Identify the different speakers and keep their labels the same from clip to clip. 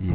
Speaker 1: 以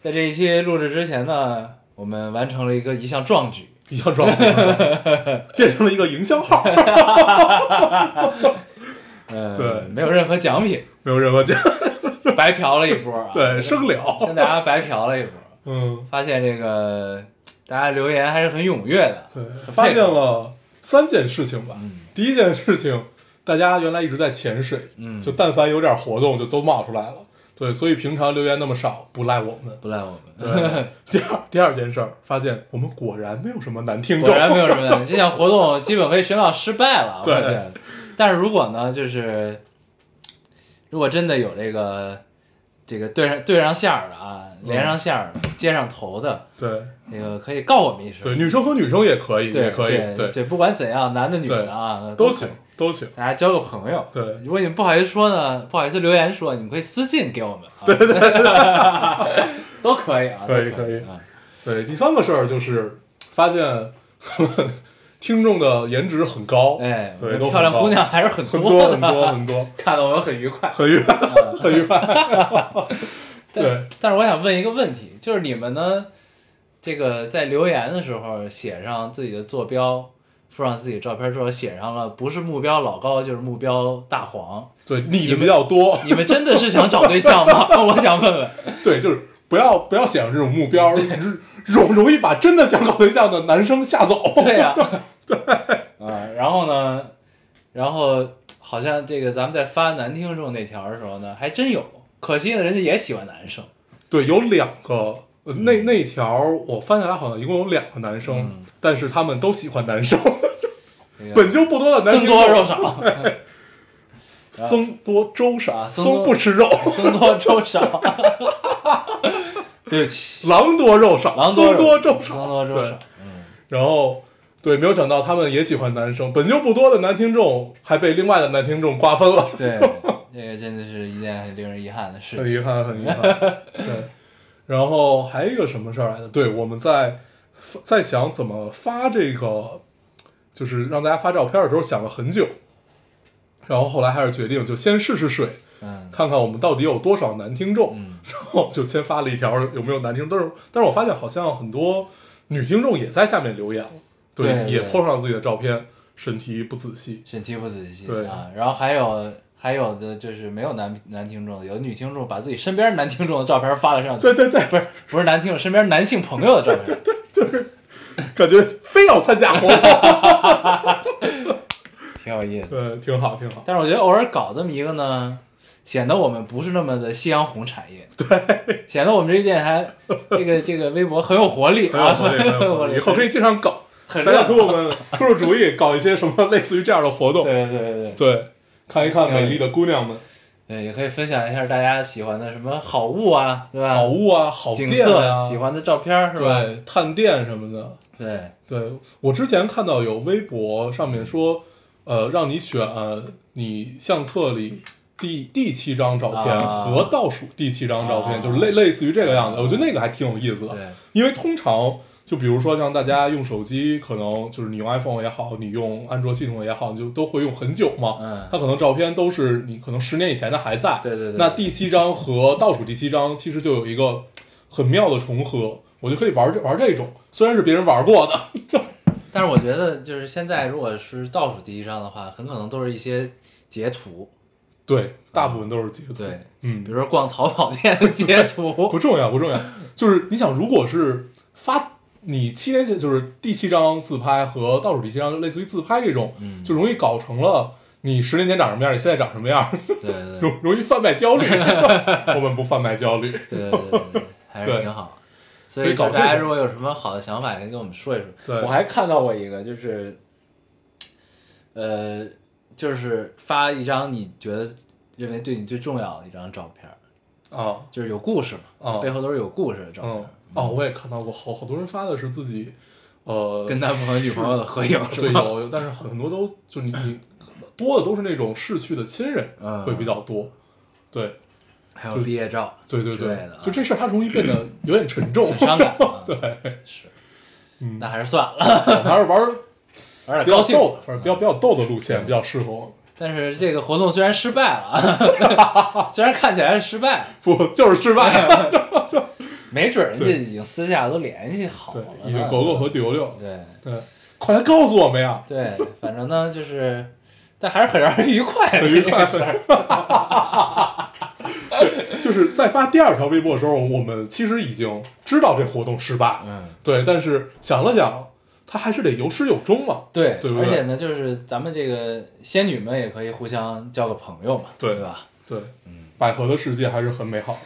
Speaker 2: 在这一期录制之前呢，我们完成了一个一项壮举，
Speaker 3: 比较装，变成了一个营销号，
Speaker 2: 呃，
Speaker 3: 对
Speaker 2: 没有任何奖 品，
Speaker 3: 没有任何奖，
Speaker 2: 白嫖了一波啊，
Speaker 3: 对，生
Speaker 2: 跟
Speaker 3: 了。
Speaker 2: 大家白嫖了一波，
Speaker 3: 嗯，
Speaker 2: 发现这个大家留言还是很踊跃的，
Speaker 3: 对， 发现了三件事情吧。
Speaker 2: 嗯
Speaker 3: 第一件事情，大家原来一直在潜水，
Speaker 2: 嗯，
Speaker 3: 就但凡有点活动就都冒出来了。对，所以平常留言那么少，不赖我们。
Speaker 2: 不赖我们，
Speaker 3: 对，第二第二件事儿，发现我们果然没有什么难听众，
Speaker 2: 果然没有什么的，这项活动基本可以宣告失败了。我
Speaker 3: 对
Speaker 2: 觉得，但是如果呢，就是如果真的有这个这个对上对上线儿的啊，
Speaker 3: 嗯
Speaker 2: 连上线儿的、接上头的，
Speaker 3: 对
Speaker 2: 那个可以告我们一声。
Speaker 3: 对，女生和女生也可以，
Speaker 2: 对
Speaker 3: 也可以，
Speaker 2: 对
Speaker 3: 对，
Speaker 2: 对，不管怎样，男的女的啊
Speaker 3: 都
Speaker 2: 可以
Speaker 3: 行，都行。
Speaker 2: 大家交个朋友。
Speaker 3: 对
Speaker 2: 如果你们不好意思说呢，不好意思留言说，你们可以私信给我们。对对对， 都可以啊，
Speaker 3: 可以
Speaker 2: 都可
Speaker 3: 可以
Speaker 2: 啊。
Speaker 3: 对，第三个事儿就是发现听众的颜值很高，
Speaker 2: 哎，
Speaker 3: 对
Speaker 2: 我们
Speaker 3: 都很
Speaker 2: 漂亮
Speaker 3: 高
Speaker 2: 姑娘还是很
Speaker 3: 很多
Speaker 2: 的
Speaker 3: 很多很多，
Speaker 2: 看得我们很愉快。
Speaker 3: 很 愉快，很愉快。对
Speaker 2: 但，但是我想问一个问题，就是你们呢，这个在留言的时候写上自己的坐标，附上自己照片之后写上了不是目标老高就是目标大黄，
Speaker 3: 对，你的比较多，
Speaker 2: 你们真的是想找对象吗？ 我想问问。
Speaker 3: 对，就是不要不要想这种目标，容容易把真的想搞对象的男生吓走。
Speaker 2: 对呀、对，啊，然后呢，然后好像这个咱们在发男听众那条的时候呢，还真有，可惜呢人家也喜欢男生，
Speaker 3: 对，有两个，呃那那条我翻下来好像一共有两个男生，
Speaker 2: 嗯
Speaker 3: 但是他们都喜 欢男生，
Speaker 2: 这个
Speaker 3: 本就不多的男
Speaker 2: 僧
Speaker 3: 生
Speaker 2: 多肉少。
Speaker 3: 僧多粥
Speaker 2: 啊
Speaker 3: 少，
Speaker 2: 僧多
Speaker 3: 僧不吃肉，
Speaker 2: 僧多粥少。 对不起，
Speaker 3: 狼多肉少，
Speaker 2: 狼
Speaker 3: 僧
Speaker 2: 多
Speaker 3: 多粥少，
Speaker 2: 僧多粥
Speaker 3: 对
Speaker 2: 少。嗯，
Speaker 3: 然后，对，没有想到他们也喜欢男生，本就不多的男听众还被另外的男听众瓜分了，
Speaker 2: 对，这个真的是一件很令人遗憾的事
Speaker 3: 很遗
Speaker 2: 情。
Speaker 3: 憾，很遗憾。对，然后还有一个什么事儿来着？对，我们在在想怎么发这个，就是让大家发照片的时候想了很久，然后后来还是决定就先试试水，
Speaker 2: 嗯
Speaker 3: 看看我们到底有多少男听众，
Speaker 2: 嗯，
Speaker 3: 然后就先发了一条有没有男听众，但是但是我发现好像很多女听众也在下面留言了，
Speaker 2: 对
Speaker 3: 也
Speaker 2: 对
Speaker 3: po 上自己的照片，审题不仔细，
Speaker 2: 审题不仔细
Speaker 3: 对
Speaker 2: 啊。然后还有还有的就是没有男男听众的，有的女听众把自己身边男听众的照片发了上去。
Speaker 3: 对对对，
Speaker 2: 不是不是男听众，身边男性朋友的照片。
Speaker 3: 感觉非要参加活 动，
Speaker 2: 挺有意思的。
Speaker 3: 对，挺好挺好，
Speaker 2: 但是我觉得偶尔搞这么一个呢，显得我们不是那么的夕阳红产业，对，显得我们这个电 台，这个这个微博很有活力
Speaker 3: 很有
Speaker 2: 啊，
Speaker 3: 活力，很 有活力，以后可
Speaker 2: 以
Speaker 3: 以经常搞，
Speaker 2: 很
Speaker 3: 大
Speaker 2: 热
Speaker 3: 家给
Speaker 2: 闹，
Speaker 3: 我们出出主意，搞一些什么类似于这样的活动，
Speaker 2: 对对对对
Speaker 3: 对，看一看美丽的姑娘们，
Speaker 2: 对，也可以分享一下大家喜欢的什么好物啊，对吧？
Speaker 3: 好物啊，好
Speaker 2: 景
Speaker 3: 店
Speaker 2: 色、
Speaker 3: 啊，
Speaker 2: 喜欢的照片儿是吧？
Speaker 3: 对，探店什么的，
Speaker 2: 对，
Speaker 3: 对我之前看到有微博上面说，呃，让你选你相册里第第七张照片
Speaker 2: 啊
Speaker 3: 和倒数第七张照片，
Speaker 2: 啊
Speaker 3: 就是类类似于这个样子。我觉得那个还挺有意思的，
Speaker 2: 对，
Speaker 3: 因为通常就比如说像大家用手机，可能就是你用 iPhone 也好，你用安卓系统也好，你就都会用很久嘛。
Speaker 2: 嗯
Speaker 3: 它可能照片都是你可能十年以前的还在，
Speaker 2: 对对对
Speaker 3: 那第七张和倒数第七张其实就有一个很妙的重合，我就可以玩这玩这种，虽然是别人玩过的。
Speaker 2: 但是我觉得就是现在如果是倒数第一张的话，很可能都是一些截图，
Speaker 3: 对，大部分都是截图。
Speaker 2: 啊对，比
Speaker 3: 嗯，
Speaker 2: 如说逛淘宝店的截图，
Speaker 3: 不重要，不 重要。就是你想，如果是发你七年前，就是第七张自拍和倒数第七张，就类似于自拍这种，
Speaker 2: 嗯
Speaker 3: 就容易搞成了你十年前长什么样，你现在长什么样，
Speaker 2: 对对对
Speaker 3: 容容易贩卖焦 虑。我们不贩卖焦虑。
Speaker 2: 对对对对，还是挺好。所以
Speaker 3: 可以搞
Speaker 2: 就大家
Speaker 3: 这
Speaker 2: 如
Speaker 3: 种
Speaker 2: 果有什么好的想法，也可以跟我们说一说。
Speaker 3: 对
Speaker 2: 我还看到过一个，就是，呃，就是发一张你觉得认为对你最重要的一张照片儿，
Speaker 3: 啊
Speaker 2: 就是有故事嘛，
Speaker 3: 哦
Speaker 2: 背后都是有故事的照片，
Speaker 3: 嗯哦，我也看到过，好好多人发的是自己呃
Speaker 2: 跟男朋友、女朋友的合 影是
Speaker 3: 对
Speaker 2: 吧？
Speaker 3: 有有，但是很多都就你你多的都是那种逝去的亲人
Speaker 2: 嗯
Speaker 3: 会比较多，对
Speaker 2: 还有毕业 照，
Speaker 3: 对对
Speaker 2: 之类
Speaker 3: 对
Speaker 2: 的啊，
Speaker 3: 就这事儿它容易 变得有点沉重
Speaker 2: 很，伤感啊。
Speaker 3: 对，
Speaker 2: 是，
Speaker 3: 嗯
Speaker 2: 那还是算了，
Speaker 3: 还是玩儿
Speaker 2: 玩
Speaker 3: 比
Speaker 2: 点高
Speaker 3: 较
Speaker 2: 兴。嗯
Speaker 3: 逗的，反正比较比较逗的路线比较适合我。
Speaker 2: 但是这个活动虽然失败了啊， 虽然看起来是失败，
Speaker 3: 不就是失败了？
Speaker 2: 没准人家
Speaker 3: 对
Speaker 2: 已经私下都联系好
Speaker 3: 对
Speaker 2: 了呢，，
Speaker 3: 已经狗狗和丢丢，
Speaker 2: 对
Speaker 3: 对，快来告诉我们呀！
Speaker 2: 对，反正呢就是，但还是很让人愉快的
Speaker 3: 很
Speaker 2: 一
Speaker 3: 愉
Speaker 2: 个
Speaker 3: 快
Speaker 2: 事儿。
Speaker 3: 就是在发第二条微博的时候，我们其实已经知道这活动失败了，
Speaker 2: 嗯，
Speaker 3: 对，但是想了想，它还是得有始有终嘛。
Speaker 2: 对，
Speaker 3: 对不
Speaker 2: 而
Speaker 3: 对
Speaker 2: 且呢，就是咱们这个仙女们也可以互相交个朋友嘛，
Speaker 3: 对
Speaker 2: 吧？嗯
Speaker 3: 对，百合的世界还是很美好的。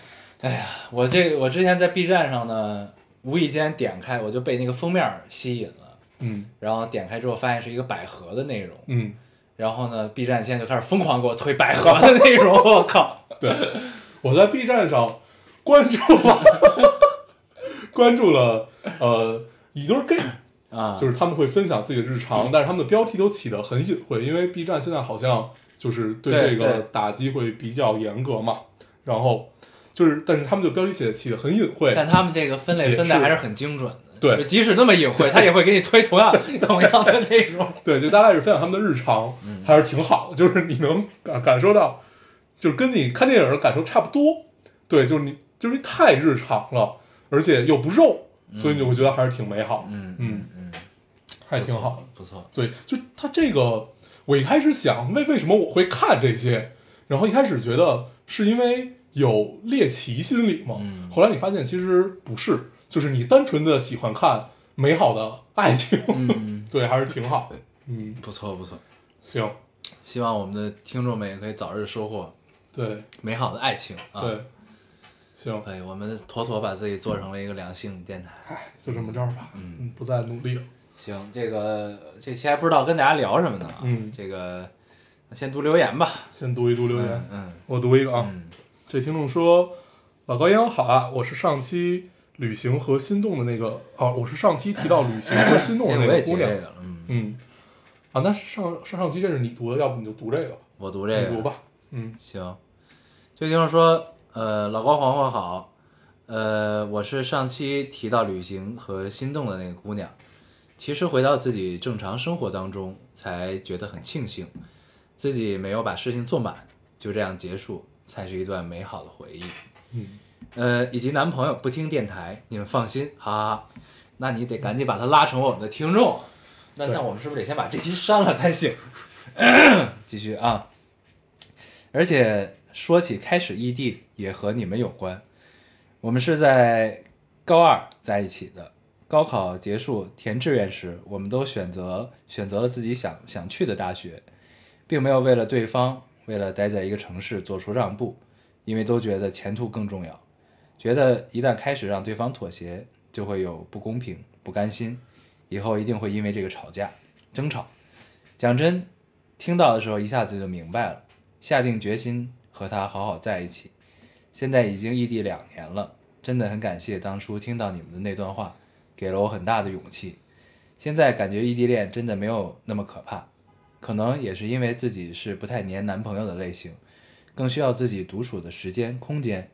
Speaker 2: 哎呀，我这我之前在 B 站上呢，无意间点开，我就被那个封面吸引了，
Speaker 3: 嗯
Speaker 2: 然后点开之后发现是一个百合的内容，
Speaker 3: 嗯，
Speaker 2: 然后呢，B 站现在就开始疯狂给我推百合的内容，我靠！
Speaker 3: 对，我在 B 站上关注了， 关注了，呃，一对儿 gay，
Speaker 2: 啊，
Speaker 3: 就是他们会分享自己的日常，但是他们的标题都起得很隐晦，因为 B 站现在好像就是对
Speaker 2: 对
Speaker 3: 这个
Speaker 2: 对
Speaker 3: 打击会比较严格嘛，然后就是，但是他们就标题写的起得很隐晦，
Speaker 2: 但他们这个分类分的
Speaker 3: 也是
Speaker 2: 还是很精准的，
Speaker 3: 对
Speaker 2: 就即使那么隐晦，他也会给你推同样同样的内容。
Speaker 3: 对，就大概是分享他们的日常，
Speaker 2: 嗯
Speaker 3: 还是挺好的，就是你能感感受到，就是跟你看电影的感受差不多。对，就是你就是太日常了，而且又不肉，所以你就会觉得还是挺美好，
Speaker 2: 嗯
Speaker 3: 嗯
Speaker 2: 嗯，
Speaker 3: 还挺好的。
Speaker 2: 不错，
Speaker 3: 对，就他这个，我一开始想为为什么我会看这些，然后一开始觉得是因为有猎奇心理嘛，
Speaker 2: 嗯
Speaker 3: 后来你发现其实不是，就是你单纯的喜欢看美好的爱情，
Speaker 2: 嗯，
Speaker 3: 对，还是挺好的。嗯，
Speaker 2: 不错不错，
Speaker 3: 行，
Speaker 2: 希望我们的听众们也可以早日收获
Speaker 3: 对。
Speaker 2: 美好的爱情啊。
Speaker 3: 对，行，
Speaker 2: 对，我们妥妥把自己做成了一个良性电台。
Speaker 3: 哎，就这么着吧，
Speaker 2: 嗯，
Speaker 3: 不再努力了，
Speaker 2: 行，这个这期还不知道跟大家聊什么呢啊。
Speaker 3: 嗯
Speaker 2: 这个先读留言吧。
Speaker 3: 先读一读留言，
Speaker 2: 嗯
Speaker 3: 我读一个啊，
Speaker 2: 嗯
Speaker 3: 这听众说，老高央好啊，我是上期旅行和心动的那个，啊，我是上期提到旅行和心
Speaker 2: 嗯，
Speaker 3: 动
Speaker 2: 哎
Speaker 3: 的
Speaker 2: 我
Speaker 3: 那
Speaker 2: 也
Speaker 3: 个
Speaker 2: 接这
Speaker 3: 姑
Speaker 2: 个
Speaker 3: 娘，
Speaker 2: 了。嗯，
Speaker 3: 嗯，啊，那上上上期这是你读的，要不你就读这个吧，
Speaker 2: 我读这个。
Speaker 3: 你读吧，嗯
Speaker 2: 行，这听众说，呃，老高黄黄好，呃，我是上期提到旅行和心动的那个姑娘，其实回到自己正常生活当中，才觉得很庆幸，自己没有把事情做满，就这样结束，才是一段美好的回忆。
Speaker 3: 嗯，
Speaker 2: 呃，以及男朋友不听电台，你们放心，哈哈哈。那你得赶紧把他拉成我们的听众。那
Speaker 3: 对
Speaker 2: 那我们是不是得先把这期删了才行？继续啊。而且说起开始异地，也和你们有关。我们是在高二在一起的。高考结束填志愿时，我们都选择选择了自己想想去的大学，并没有为了对方，为了待在一个城市做出让步，因为都觉得前途更重要。觉得一旦开始让对方妥协，就会有不公平、不甘心，以后一定会因为这个吵架、争吵。讲真，听到的时候一下子就明白了，下定决心和他好好在一起。现在已经异地两年了，真的很感谢当初听到你们的那段话，给了我很大的勇气。现在感觉异地恋真的没有那么可怕，可能也是因为自己是不太粘男朋友的类型，更需要自己独处的时间、空间。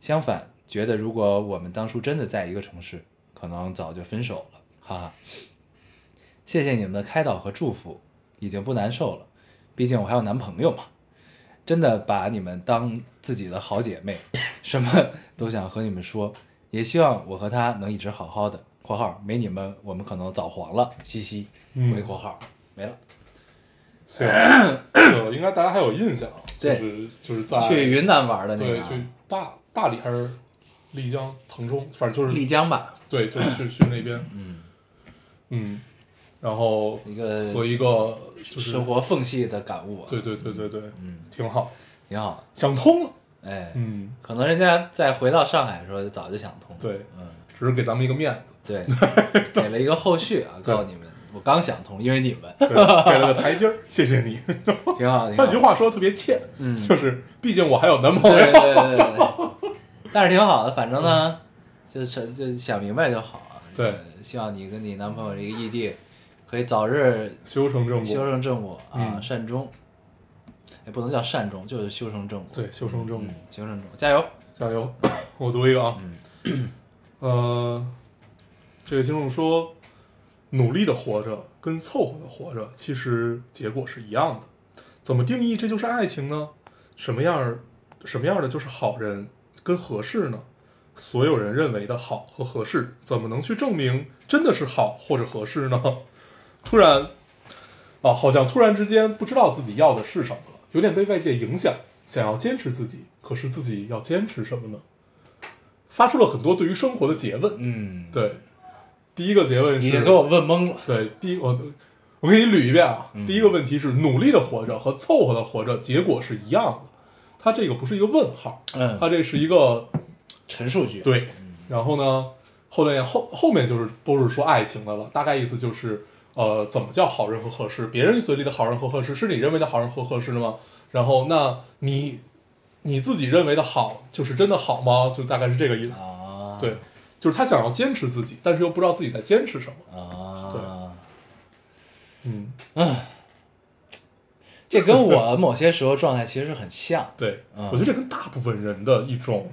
Speaker 2: 相反，觉得如果我们当初真的在一个城市，可能早就分手了，哈哈。谢谢你们的开导和祝福，已经不难受了，毕竟我还有男朋友嘛。真的把你们当自己的好姐 妹，什么都想和你们说，也希望我和他能一直好好的。（括号没你们，我们可能早黄了，嘻嘻。）
Speaker 3: 嗯
Speaker 2: 回括号没了。
Speaker 3: 行，这个应该大家还有印象，啊就
Speaker 2: 对
Speaker 3: 是就是在
Speaker 2: 去云南玩的那
Speaker 3: 对
Speaker 2: 个，
Speaker 3: 去大大理还是丽江腾冲，反正就是
Speaker 2: 丽江吧，
Speaker 3: 对，就是去去那边，
Speaker 2: 嗯
Speaker 3: 嗯，然后
Speaker 2: 一个
Speaker 3: 和一个就是
Speaker 2: 生活缝隙的感悟啊，
Speaker 3: 对对对对对，
Speaker 2: 嗯，
Speaker 3: 挺好，
Speaker 2: 挺好的。
Speaker 3: 想通了，
Speaker 2: 哎，
Speaker 3: 嗯，
Speaker 2: 可能人家再回到上海的时候，早就想通了。
Speaker 3: 对
Speaker 2: 嗯，
Speaker 3: 只是给咱们一个面子，
Speaker 2: 对， 给了一个后续啊，告诉你们，我刚想通，因为你们
Speaker 3: 对给了个台阶儿，谢谢 你。
Speaker 2: 挺好，挺
Speaker 3: 那句
Speaker 2: 好。
Speaker 3: 话说的特别欠，
Speaker 2: 嗯，
Speaker 3: 就是毕竟我还有男朋
Speaker 2: 对对
Speaker 3: 友，
Speaker 2: 对对对， 但是挺好的，反正呢，就是就想明白就好啊。
Speaker 3: 对
Speaker 2: 呃，希望你跟你男朋友这个异地可以早日
Speaker 3: 修成正
Speaker 2: 修
Speaker 3: 果，
Speaker 2: 成正果啊，
Speaker 3: 嗯
Speaker 2: 善终。也不能叫善终，就是修成正果。
Speaker 3: 对，修成正果
Speaker 2: 嗯，，修成正果，加油！
Speaker 3: 加油！ 我读一个啊，呃，这个听众说，努力的活着跟凑合的活着，其实结果是一样的。怎么定义这就是爱情呢？什么样儿什么样儿的就是好人跟合适呢？所有人认为的好和合适，怎么能去证明真的是好或者合适呢？突然，啊，好像突然之间不知道自己要的是什么了，有点被外界影响，想要坚持自己，可是自己要坚持什么呢？发出了很多对于生活的诘问。
Speaker 2: 嗯，
Speaker 3: 对，第一个诘问
Speaker 2: 你
Speaker 3: 是
Speaker 2: 给我嗯问懵了。
Speaker 3: 对，第一我我给你捋一遍啊。第一个问题是努力的活着和凑合的活着，结果是一样的。它这个不是一个问号，
Speaker 2: 嗯
Speaker 3: 它，这是一个
Speaker 2: 陈述句。，
Speaker 3: 啊对。然后呢，后面后后面就是都是说爱情的了，大概意思就是呃，怎么叫好人和合适？别人嘴里的好人和合适是你认为的好人和合适的吗？然后那你你自己认为的好就是真的好吗？就大概是这个意思。
Speaker 2: 啊，
Speaker 3: 对，就是他想要坚持自己，但是又不知道自己在坚持什么。
Speaker 2: 啊，
Speaker 3: 嗯，
Speaker 2: 这跟我某些时候状态其实是很像。
Speaker 3: 对，
Speaker 2: 嗯
Speaker 3: 我觉得这跟大部分人的一种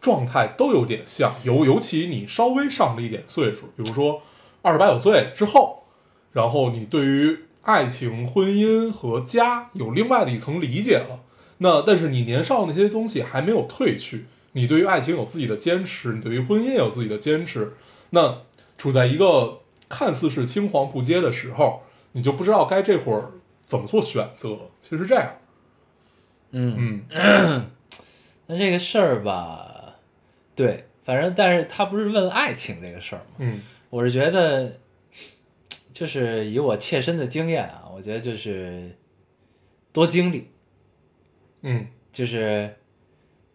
Speaker 3: 状态都有点像，尤尤其你稍微上了一点岁数，比如说二十八九岁之后，然后你对于爱情、婚姻和家有另外的一层理解了。那但是你年少那些东西还没有褪去，你对于爱情有自己的坚持，你对于婚姻也有自己的坚持。那处在一个看似是青黄不接的时候，你就不知道该这会儿怎么做选择。其实是这样，
Speaker 2: 嗯，
Speaker 3: 嗯，
Speaker 2: 那这个事儿吧，对，反正但是他不是问爱情这个事儿吗？
Speaker 3: 嗯
Speaker 2: 我是觉得，就是以我切身的经验啊，我觉得就是多经历，
Speaker 3: 嗯
Speaker 2: 就是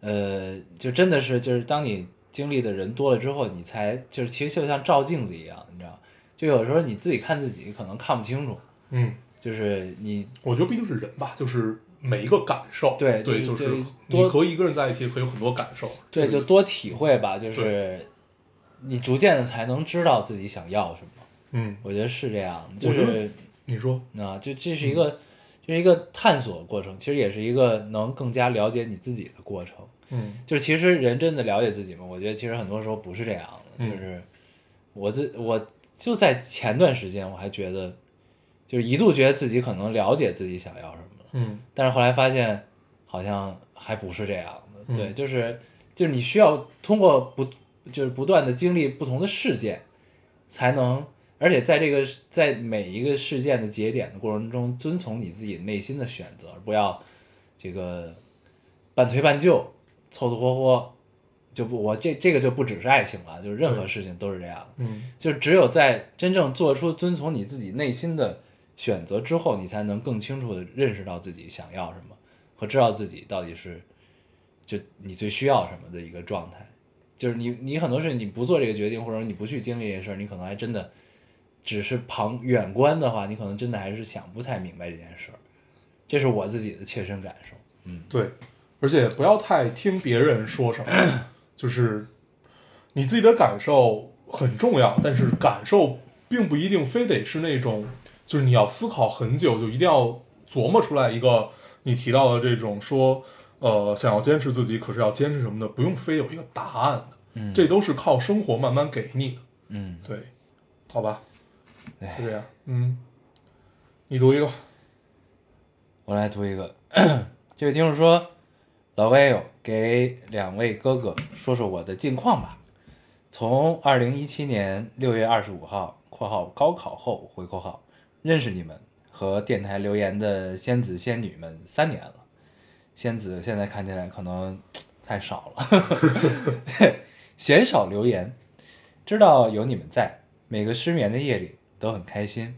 Speaker 2: 呃，就真的是就是当你经历的人多了之后，你才就是其实就像照镜子一样，你知道，就有时候你自己看自己可能看不清楚，
Speaker 3: 嗯，
Speaker 2: 就是你
Speaker 3: 我觉得毕竟是人吧，就是每一个感受，
Speaker 2: 对
Speaker 3: 对，
Speaker 2: 就
Speaker 3: 就是是
Speaker 2: 多
Speaker 3: 你和一个人在一起可以有很多感受，
Speaker 2: 对，
Speaker 3: 这
Speaker 2: 就
Speaker 3: 个
Speaker 2: 多体会吧，就是你逐渐的才能知道自己想要什么。
Speaker 3: 嗯，
Speaker 2: 我觉得是这样的，就
Speaker 3: 我觉
Speaker 2: 是
Speaker 3: 得你说，
Speaker 2: 啊，就这是一个，这是一个探索过程，其实也是一个能更加了解你自己的过程。
Speaker 3: 嗯
Speaker 2: 就是其实人真的了解自己吗？我觉得其实很多时候不是这样的，
Speaker 3: 嗯
Speaker 2: 就是我自我就在前段时间我还觉得，就是一度觉得自己可能了解自己想要什么了。
Speaker 3: 嗯
Speaker 2: 但是后来发现好像还不是这样的，
Speaker 3: 嗯
Speaker 2: 对，就是就是你需要通过不就是不断的经历不同的事件，才能而且在这个在每一个事件的节点的过程中，遵从你自己内心的选择，不要这个半推半就、凑凑合合，就不我这这个就不只是爱情了，就是任何
Speaker 3: 对
Speaker 2: 事情都是这样的。
Speaker 3: 嗯
Speaker 2: 就只有在真正做出遵从你自己内心的选择之后，你才能更清楚的认识到自己想要什么和知道自己到底是就你最需要什么的一个状态。就是你你很多事情你不做这个决定，或者你不去经历这些事儿，你可能还真的只是旁远观的话，你可能真的还是想不太明白这件事儿。这是我自己的切身感受。
Speaker 3: 对，而且不要太听别人说什么， 就是你自己的感受很重要，但是感受并不一定非得是那种，就是你要思考很久，就一定要琢磨出来一个你提到的这种说，呃，想要坚持自己，可是要坚持什么的，不用非有一个答案的，嗯、这都是靠生活慢慢给你的，
Speaker 2: 嗯，
Speaker 3: 对，好吧，
Speaker 2: 哎
Speaker 3: 就这样，嗯，你读一个，
Speaker 2: 我来读一个， 这位听众说：“老歪友，给两位哥哥说说我的近况吧。从二零一七年六月二十五号（括号高考后回括号）认识你们和电台留言的仙子仙女们三年了。仙子现在看起来可能太少 了，鲜少留言。知道有你们在，每个失眠的夜里都很开心。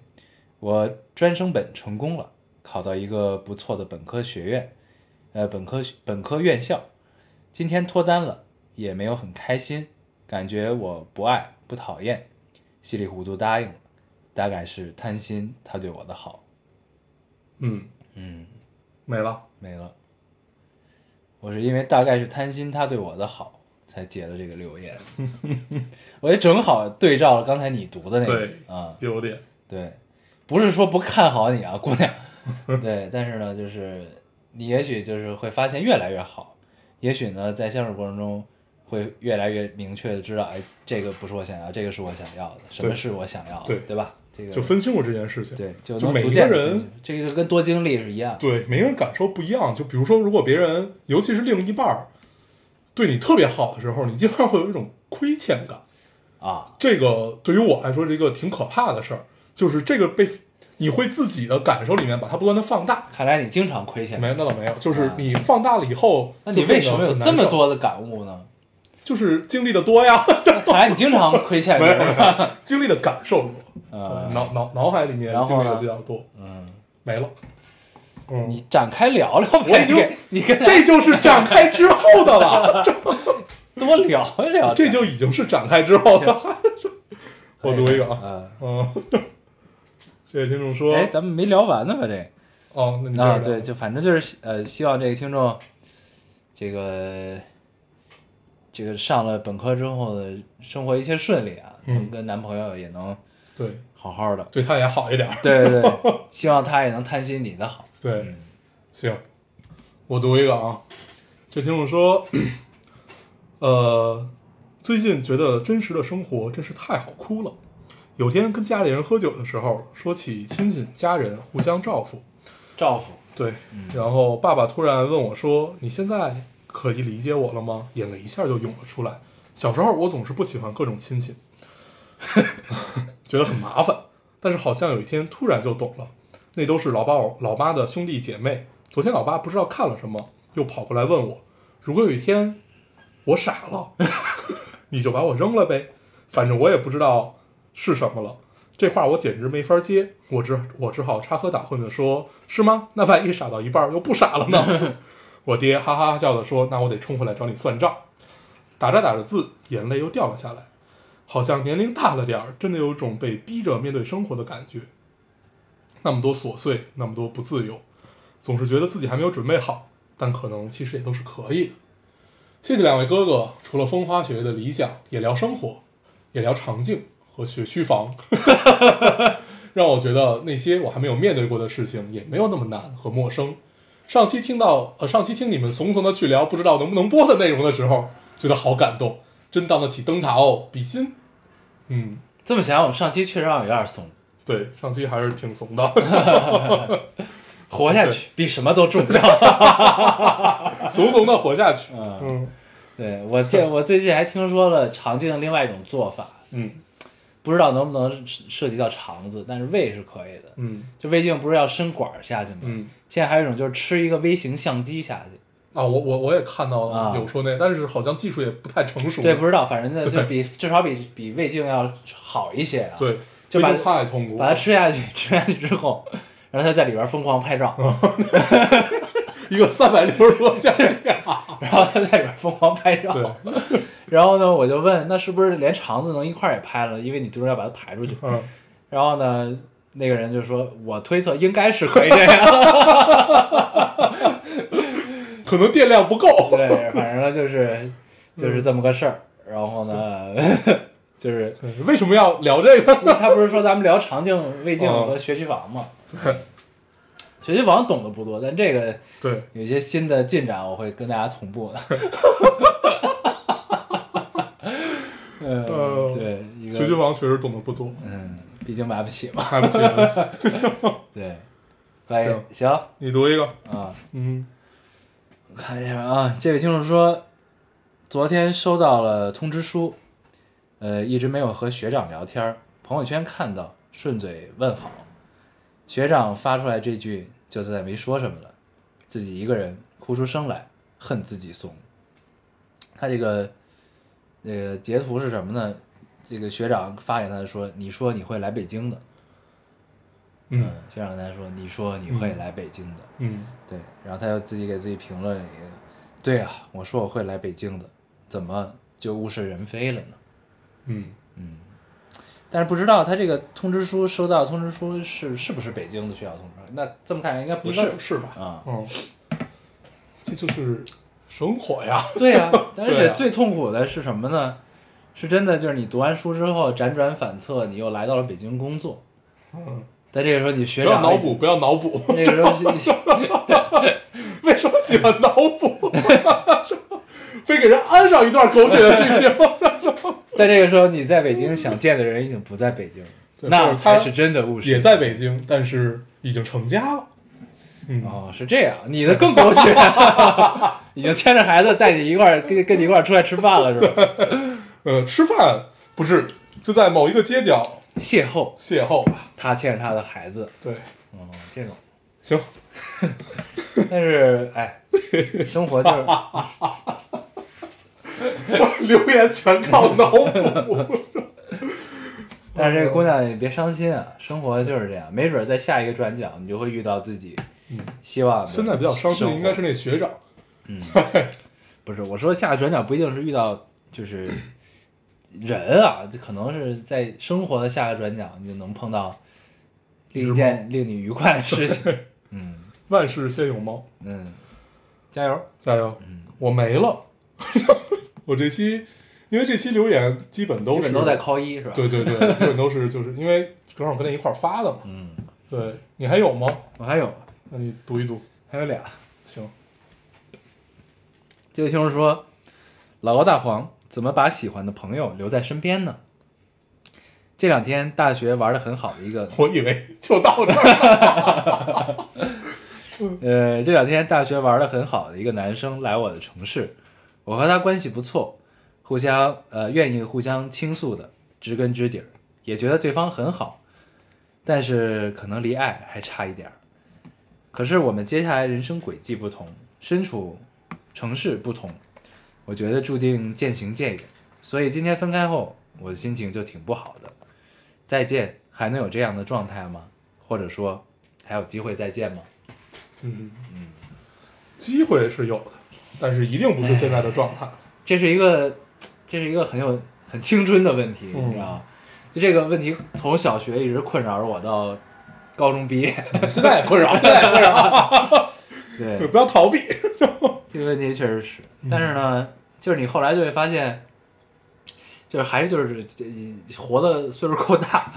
Speaker 2: 我专升本成功了，考到一个不错的本科学院，呃，本科本科院校。今天脱单了，也没有很开心，感觉我不爱不讨厌，稀里糊涂答应了，大概是贪心他对我的好，
Speaker 3: 嗯
Speaker 2: 嗯，
Speaker 3: 没了，
Speaker 2: 没了。我是因为大概是贪心他对我的好，才截的这个留言， 我觉得正好对照了刚才你读的那个
Speaker 3: 对
Speaker 2: 啊、
Speaker 3: 有点，
Speaker 2: 对，不是说不看好你啊， 姑娘，对，但是呢，就是你也许就是会发现越来越好，也许呢，在相处过程中会越来越明确的知道，哎，这个不是我想要，这个是我想要的，什么
Speaker 3: 对
Speaker 2: 是我想要的，
Speaker 3: 对
Speaker 2: 对吧？这个
Speaker 3: 就分清楚这件事情。
Speaker 2: 对，就
Speaker 3: 就
Speaker 2: 能
Speaker 3: 每
Speaker 2: 逐
Speaker 3: 一个
Speaker 2: 渐地
Speaker 3: 人
Speaker 2: 分清这个就跟多经历是一样，
Speaker 3: 对，每个人感受不一样。就比如说，如果别人，尤其是另一半儿，对你特别好的时候，你经常会有一种亏欠感。
Speaker 2: 啊，
Speaker 3: 这个对于我来说是一个挺可怕的事儿，就是这个被你会自己的感受里面把它不断的放大。
Speaker 2: 看来你经常亏欠
Speaker 3: 没，，那倒没有，就是你放大了以后，
Speaker 2: 那你
Speaker 3: 就变
Speaker 2: 为
Speaker 3: 得
Speaker 2: 什么有
Speaker 3: 很难
Speaker 2: 这么
Speaker 3: 受？
Speaker 2: 多的感悟呢？
Speaker 3: 就是经历的 多呀，
Speaker 2: 看来你经常亏欠
Speaker 3: 没
Speaker 2: 别
Speaker 3: 有没
Speaker 2: 人，
Speaker 3: 有，经历的感受多，
Speaker 2: 嗯
Speaker 3: 脑脑脑海里面
Speaker 2: 然后
Speaker 3: 经
Speaker 2: 呢
Speaker 3: 历的比较多，
Speaker 2: 嗯，
Speaker 3: 没了。嗯，
Speaker 2: 你展开聊聊
Speaker 3: 我
Speaker 2: 呗，你
Speaker 3: 已经
Speaker 2: 跟你跟他
Speaker 3: 这就是展开之后的了，
Speaker 2: 多聊一聊，
Speaker 3: 这就已经是展开之后了。 我读一个啊，
Speaker 2: 啊，
Speaker 3: 嗯，这位听众
Speaker 2: 嗯
Speaker 3: 说，
Speaker 2: 哎，咱们没聊完呢吧？这
Speaker 3: 哦，那你接着
Speaker 2: 啊，
Speaker 3: 聊
Speaker 2: 对，，就反正就是呃，希望这个听众，这个这个上了本科之后的生活一切顺利啊，
Speaker 3: 嗯
Speaker 2: 能跟男朋友也能
Speaker 3: 对，
Speaker 2: 好好 的，
Speaker 3: 对他也好一点儿。
Speaker 2: 对对对，希望他也能贪心你的好，
Speaker 3: 对
Speaker 2: 嗯，
Speaker 3: 行，我读一个啊，这听众说，呃，最近觉得真实的生活真是太好哭了。有天跟家里人喝酒的时候，说起亲戚家人互相照顾，
Speaker 2: 照顾，
Speaker 3: 对，然后爸爸突然问我说：“你现在可以理解我了吗？”眼泪一下就涌了出来。小时候我总是不喜欢各种亲戚，觉得很麻烦，但是好像有一天突然就懂了，那都是老爸老妈的兄弟姐妹。昨天老爸不知道看了什么，又跑过来问我：“如果有一天我傻了， 你就把我扔了呗，反正我也不知道是什么了。这话我简直没法接，我只我只好插科打诨的说：“是吗？那万一傻到一半儿又不傻了呢？” 我爹哈哈笑的说：“那我得冲回来找你算账。”打着打着字，眼泪又掉了下来，好像年龄大了点儿，真的有种被逼着面对生活的感觉。那么多琐碎，那么多不自由，总是觉得自己还没有准备好，但可能其实也都是可以的。谢谢两位哥哥，除了风花雪月的理想，也聊生活，也聊场景和学区房，让我觉得那些我还没有面对过的事情也没有那么难和陌生。上期听到呃，上期听你们怂怂的去聊不知道能不能播的内容的时候，觉得好感动，真当得起灯塔哦，比心。嗯，
Speaker 2: 这么想，我们上期确实让我有点怂，
Speaker 3: 对，上期还是挺怂的，
Speaker 2: 活下去比什么都重要。
Speaker 3: 怂怂的活下去。
Speaker 2: 嗯，
Speaker 3: 嗯
Speaker 2: 对我这我最近还听说了肠镜的另外一种做法，
Speaker 3: 嗯
Speaker 2: 不知道能不能涉涉及到肠子，但是胃是可以的。
Speaker 3: 嗯
Speaker 2: 就胃镜不是要伸管儿下去吗？
Speaker 3: 嗯，
Speaker 2: 现在还有一种就是吃一个微型相机下去，
Speaker 3: 啊，我我我也看到
Speaker 2: 啊
Speaker 3: 了有说那，但是好像技术也不太成熟。
Speaker 2: 对，不知道，反正就
Speaker 3: 对
Speaker 2: 就比至少比比胃镜要好一些啊。，
Speaker 3: 对，
Speaker 2: 就把
Speaker 3: 胃镜太痛苦
Speaker 2: 把它
Speaker 3: 了，
Speaker 2: 吃下去，吃下去之 后，然后他在里边疯狂拍照，
Speaker 3: 嗯一个三百六十度 下
Speaker 2: 然后他在里边疯狂拍照。
Speaker 3: 对，
Speaker 2: 然后呢，我就问，那是不是连肠子能一块儿也拍了？因为你最终要把它排出去。
Speaker 3: 嗯，
Speaker 2: 然后呢，那个人就说，我推测应该是可以这 样。
Speaker 3: 可能电量不够。
Speaker 2: 对，反正呢就是就是这么个事儿。然后呢， 就是
Speaker 3: 对为什么要聊这个？
Speaker 2: 因为他不是说咱们聊肠镜、胃镜
Speaker 3: 哦
Speaker 2: 和学区房嘛？学区房懂得不多，但这个
Speaker 3: 对，
Speaker 2: 有一些新的进展，我会跟大家同步的。嗯，
Speaker 3: 呃
Speaker 2: 对，一个
Speaker 3: 学区，房确实懂得不多，
Speaker 2: 嗯，毕竟买不起嘛。
Speaker 3: 买不起，买不起。
Speaker 2: 对，可以，
Speaker 3: 行
Speaker 2: 行啊、
Speaker 3: 你读一个，嗯
Speaker 2: 我看一下啊，这位听众说，昨天收到了通知书，呃，一直没有和学长聊天儿，朋友圈看到，顺嘴问好。学长发出来这句，就再没说什么了，自己一个人哭出声来，恨自己怂。他这个这个截图是什么呢？这个学长发给他说：“你说你会来北京的。”呃
Speaker 3: 嗯，
Speaker 2: 学长跟他说：“你说你会来北京的。
Speaker 3: 嗯，
Speaker 2: 对，然后他又自己给自己评论了一个，对啊，我说我会来北京的，怎么就物是人非了呢？
Speaker 3: 嗯，
Speaker 2: 但是不知道他这个通知书收到的通知书是是不是北京的
Speaker 3: 啊
Speaker 2: 学校通知？那这么看来应该不
Speaker 3: 应
Speaker 2: 是
Speaker 3: 该不是吧？
Speaker 2: 啊
Speaker 3: 哦嗯，这就是生活呀，
Speaker 2: 对 呀、而
Speaker 3: 对
Speaker 2: 且
Speaker 3: 啊
Speaker 2: 最痛苦的是什么呢？是真的，就是你读完书之后辗转反侧，你又来到了北京工作。
Speaker 3: 嗯，
Speaker 2: 在这个时候，你
Speaker 3: 不
Speaker 2: 学
Speaker 3: 要
Speaker 2: 长
Speaker 3: 脑补，不要脑补，
Speaker 2: 那 个时候是，
Speaker 3: 为什么喜欢脑补？ 非给人安上一段狗血的剧情，
Speaker 2: 在这个时候你在北京想见的人已经不在北京了，
Speaker 3: 对或
Speaker 2: 那
Speaker 3: 者他
Speaker 2: 才是真的务实。
Speaker 3: 也在北京，但是已经成家了。嗯，
Speaker 2: 哦，是这样，你的更狗血， 已经牵着孩子带你一块儿跟跟你一块儿出来吃饭了是吧？
Speaker 3: 呃，吃饭不是就在某一个街角
Speaker 2: 邂逅，
Speaker 3: 邂逅吧？
Speaker 2: 他牵着他的孩子，
Speaker 3: 对，
Speaker 2: 哦，这种。
Speaker 3: 行，
Speaker 2: 但是哎，生活就是
Speaker 3: 留言全靠脑补。
Speaker 2: 但是这个姑娘也别伤心啊，生活就是这样，没准儿在下一个转角你就会遇到自己
Speaker 3: 嗯
Speaker 2: 希望的生
Speaker 3: 现
Speaker 2: 活。
Speaker 3: 在比较伤心的应该是那学长，
Speaker 2: 不是我说下个转角不一定是遇到就是人啊，就可能是在生活的下个转角你就能碰到另一件令你愉快的事情。嗯
Speaker 3: 万事先有猫，
Speaker 2: 嗯，加油！
Speaker 3: 加油！
Speaker 2: 嗯
Speaker 3: 我没了， 我这期因为这期留言基本都
Speaker 2: 基
Speaker 3: 是
Speaker 2: 本都在扣一是吧？
Speaker 3: 对对对，基本都是就是因为正好跟那一块儿发的嘛。
Speaker 2: 嗯，
Speaker 3: 对你还有吗？
Speaker 2: 我还有
Speaker 3: 那你读一读，
Speaker 2: 还有俩。
Speaker 3: 行，
Speaker 2: 这位听众说：“老高大黄怎么把喜欢的朋友留在身边呢？这两天大学玩的很好的一个，
Speaker 3: 我以为就到这儿。
Speaker 2: 呃，这两天大学玩的很好的一个男生来我的城市，我和他关系不错，互相呃愿意互相倾诉的，知根知底儿，也觉得对方很好，但是可能离爱还差一点儿。可是我们接下来人生轨迹不同，身处城市不同，我觉得注定渐行渐远。所以今天分开后，我的心情就挺不好的。再见，还能有这样的状态吗？或者说，还有机会再见吗？
Speaker 3: 嗯嗯，机会是有的，但是一定不是现在的状态。
Speaker 2: 这是一个，这是一个很有很青春的问题，
Speaker 3: 嗯
Speaker 2: 你知道吗？就这个问题，从小学一直困扰着我到高中毕业。
Speaker 3: 现在也困扰，现在也困扰，
Speaker 2: 对，
Speaker 3: 不要逃避。
Speaker 2: 这个问题确实是，但是呢，就是你后来就会发现，就是还是就是这活的岁数够大，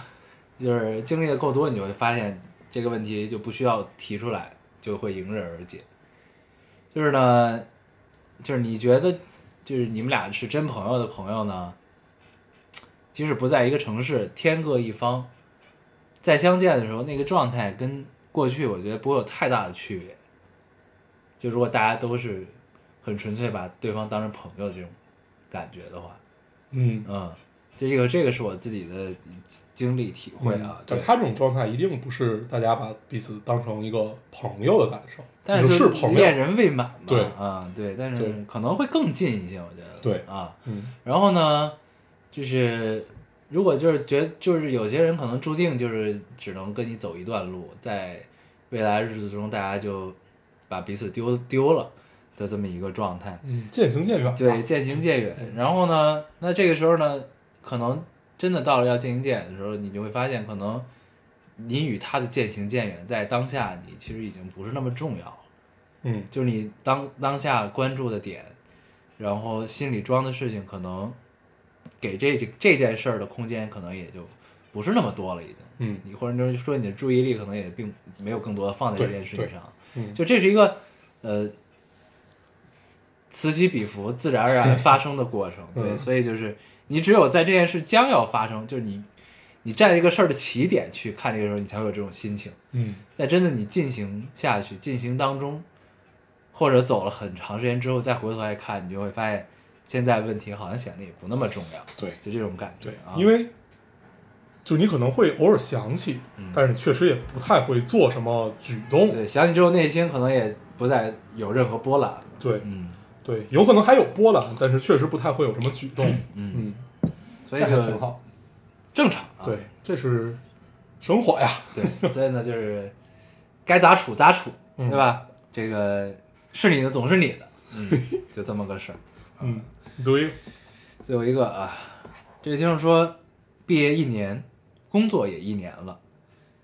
Speaker 2: 就是经历的够多，你就会发现这个问题就不需要提出来，就会迎刃而解。就是呢，就是你觉得就是你们俩是真朋友的朋友呢，即使不在一个城市，天各一方，再相见的时候，那个状态跟过去我觉得不会有太大的区别。就如果大家都是很纯粹把对方当成朋友这种感觉的话，
Speaker 3: 嗯，
Speaker 2: 嗯，就这个这个是我自己的经历体会啊，对，
Speaker 3: 但嗯他这种状态一定不是大家把彼此当成一个朋友的感受，
Speaker 2: 但是
Speaker 3: 你
Speaker 2: 就是
Speaker 3: 朋
Speaker 2: 恋
Speaker 3: 友。
Speaker 2: 人未满嘛，
Speaker 3: 对
Speaker 2: 啊，对，但是
Speaker 3: 对
Speaker 2: 可能会更近一些，我觉得，
Speaker 3: 对
Speaker 2: 啊，
Speaker 3: 嗯，
Speaker 2: 然后呢，就是如果就是觉得就是有些人可能注定就是只能跟你走一段路，在未来日子中大家就把彼此丢丢了的这么一个状态，
Speaker 3: 嗯，渐行渐远。
Speaker 2: 对，，渐行渐远。然后呢，那这个时候呢，可能真的到了要渐行渐远的时候，你就会发现，可能你与他的渐行渐远，在当下你其实已经不是那么重要了。
Speaker 3: 嗯，
Speaker 2: 就是你当当下关注的点，然后心里装的事情，可能给这这这件事儿的空间，可能也就不是那么多了，已经。
Speaker 3: 嗯
Speaker 2: 你或者就是说你的注意力可能也并没有更多的放在这件事情上，
Speaker 3: 对对嗯
Speaker 2: 就这是一个呃此起彼伏、自然而然发生的过 程，对，
Speaker 3: 嗯
Speaker 2: 所以就是你只有在这件事将要发生，就是你你站这个事儿的起点去看这个时候，你才会有这种心情。
Speaker 3: 嗯，
Speaker 2: 但真的你进行下去，进行当中，或者走了很长时间之后再回头来看，你就会发现现在问题好像显得也不那么重要，
Speaker 3: 对
Speaker 2: 就这种感觉
Speaker 3: 对
Speaker 2: 啊，，
Speaker 3: 因为就你可能会偶尔想起，
Speaker 2: 嗯
Speaker 3: 但是你确实也不太会做什么举动。
Speaker 2: 对，想起之后内心可能也不再有任何波澜了。
Speaker 3: 对
Speaker 2: 嗯，
Speaker 3: 对，有可能还有波澜，但是确实不太会有什么举动。
Speaker 2: 嗯
Speaker 3: 嗯，
Speaker 2: 所
Speaker 3: 这
Speaker 2: 以
Speaker 3: 还
Speaker 2: 就
Speaker 3: 挺好。
Speaker 2: 正常啊。
Speaker 3: 对，这是生活呀。
Speaker 2: 对，所以呢，就是该咋处咋处，
Speaker 3: 嗯
Speaker 2: 对吧？这个是你的总是你的，嗯，就这么个事儿。
Speaker 3: 嗯，你读一个。
Speaker 2: 最后一个啊，这位听众说，毕业一年，工作也一年了，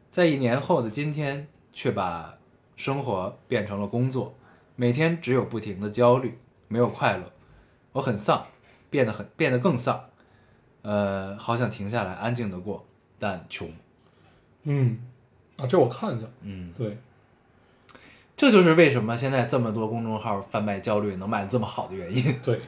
Speaker 2: 在一年后的今天，却把生活变成了工作，每天只有不停的焦虑，没有快乐，我很丧，变得很变得更丧，呃，好想停下来安静的过，但穷。
Speaker 3: 嗯，啊，这我看一下，
Speaker 2: 嗯，
Speaker 3: 对，
Speaker 2: 这就是为什么现在这么多公众号贩卖焦虑能卖得这么好的原 因
Speaker 3: 对，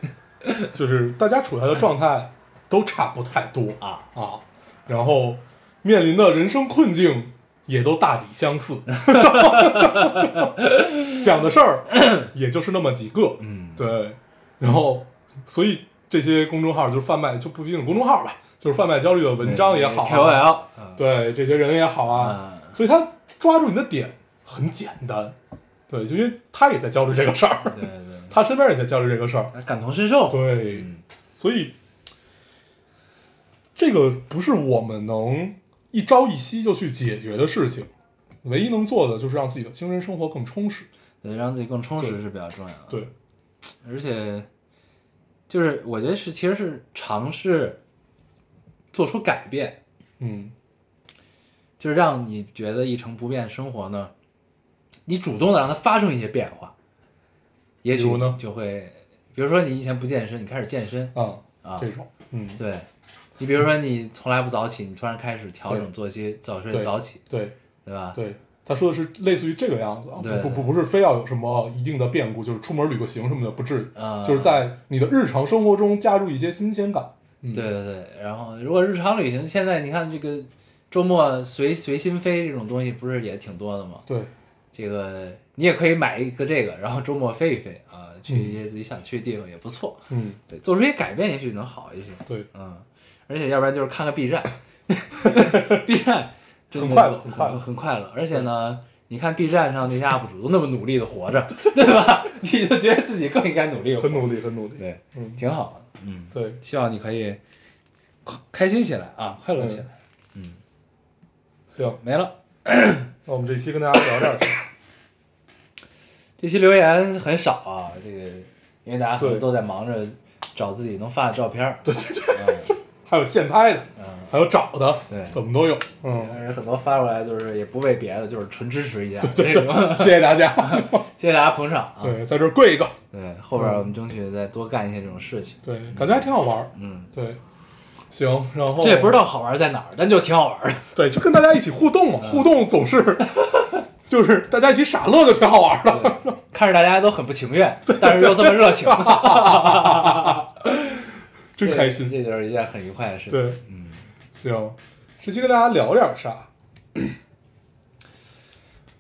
Speaker 3: 就是大家处在的状态都差不太多
Speaker 2: 啊！
Speaker 3: 啊，然后面临的人生困境也都大抵相似， 想的事儿也就是那么几个，
Speaker 2: 嗯，
Speaker 3: 对，然后所以这些公众号就是贩卖，就不一定是公众号吧，就是贩卖焦虑的文章也好啊、
Speaker 2: ，KOL，嗯
Speaker 3: 对这些人也好啊，
Speaker 2: 嗯
Speaker 3: 所以他抓住你的点很简单，对，就因为他也在焦虑这个事儿，
Speaker 2: 对对
Speaker 3: 他身边也在焦虑这个事儿，
Speaker 2: 对，感同身受。
Speaker 3: 对，
Speaker 2: 嗯，
Speaker 3: 所以这个不是我们能一朝一夕就去解决的事情，唯一能做的就是让自己的精神生活更充实。
Speaker 2: 对，让自己更充实
Speaker 3: 对
Speaker 2: 是比较重要的。
Speaker 3: 对，
Speaker 2: 而且就是我觉得是其实是尝试做出改变，
Speaker 3: 嗯
Speaker 2: 就是让你觉得一成不变的生活呢，你主动的让它发生一些变化，也许
Speaker 3: 比如呢
Speaker 2: 就会，比如说你以前不健身，你开始健身
Speaker 3: 啊，
Speaker 2: 啊，
Speaker 3: 这种，嗯，
Speaker 2: 对，你比如说你从来不早起，你突然开始调整
Speaker 3: 对
Speaker 2: 作息，早睡
Speaker 3: 对
Speaker 2: 早起，
Speaker 3: 对
Speaker 2: 对吧？
Speaker 3: 对。他说的是类似于这个样子啊，
Speaker 2: 啊对
Speaker 3: 不不不是非要有什么一定的变故，就是出门旅个行什么的不至于，
Speaker 2: 啊
Speaker 3: 就是在你的日常生活中加入一些新鲜感。嗯，
Speaker 2: 对对对，然后如果日常旅行，现在你看这个周末随随心飞这种东西，不是也挺多的吗？
Speaker 3: 对
Speaker 2: 这个你也可以买一个这个，然后周末飞一飞啊，去一些自己想去的地方也不错。
Speaker 3: 嗯
Speaker 2: 对，做出一些改变也许能好一些。
Speaker 3: 对，
Speaker 2: 嗯，而且要不然就是看个 B 站 ，B 站真的
Speaker 3: 很快乐很快乐
Speaker 2: 很快乐。而且呢，你看 B 站上那 些 UP 主都那么努力的活着，对吧？ 你就觉得自己更应该努力了
Speaker 3: 很，努力，很努力。
Speaker 2: 哎对，
Speaker 3: 嗯，
Speaker 2: 挺好的。嗯。
Speaker 3: 对，
Speaker 2: 希望你可以快开心起来啊，快乐起
Speaker 3: 嗯
Speaker 2: 来。
Speaker 3: 行，
Speaker 2: 没了，
Speaker 3: 那我们这期跟大家聊点儿什么？
Speaker 2: 这期留言很少啊，这个因为大家可能
Speaker 3: 对
Speaker 2: 都在忙着找自己能发的照片儿，对对对，
Speaker 3: 还有现拍的，
Speaker 2: 嗯，
Speaker 3: 还有找的，
Speaker 2: 对
Speaker 3: 怎么都有。嗯，
Speaker 2: 但是很多发过来就是也不为别的，就是纯支持一下，
Speaker 3: 对
Speaker 2: 这种
Speaker 3: 对，谢谢大家。
Speaker 2: 啊谢谢大家捧场啊，
Speaker 3: 对，在这儿跪一个。
Speaker 2: 对，后边我们争取再多干一些这种事情，
Speaker 3: 对，感觉还挺好玩儿。
Speaker 2: 嗯，
Speaker 3: 对，行，然后
Speaker 2: 这也不知道好玩在哪儿，但就挺好玩的，
Speaker 3: 对，就跟大家一起互动
Speaker 2: 嗯
Speaker 3: 嘛，互动 总是就是大家一起傻乐，就挺好玩儿的。
Speaker 2: 看着大家都很不情愿，但是又这么热情，啊
Speaker 3: 真开心
Speaker 2: 这这就是一件很愉快的事情，
Speaker 3: 对
Speaker 2: 嗯，啊
Speaker 3: 行，这期跟大家聊点儿啥？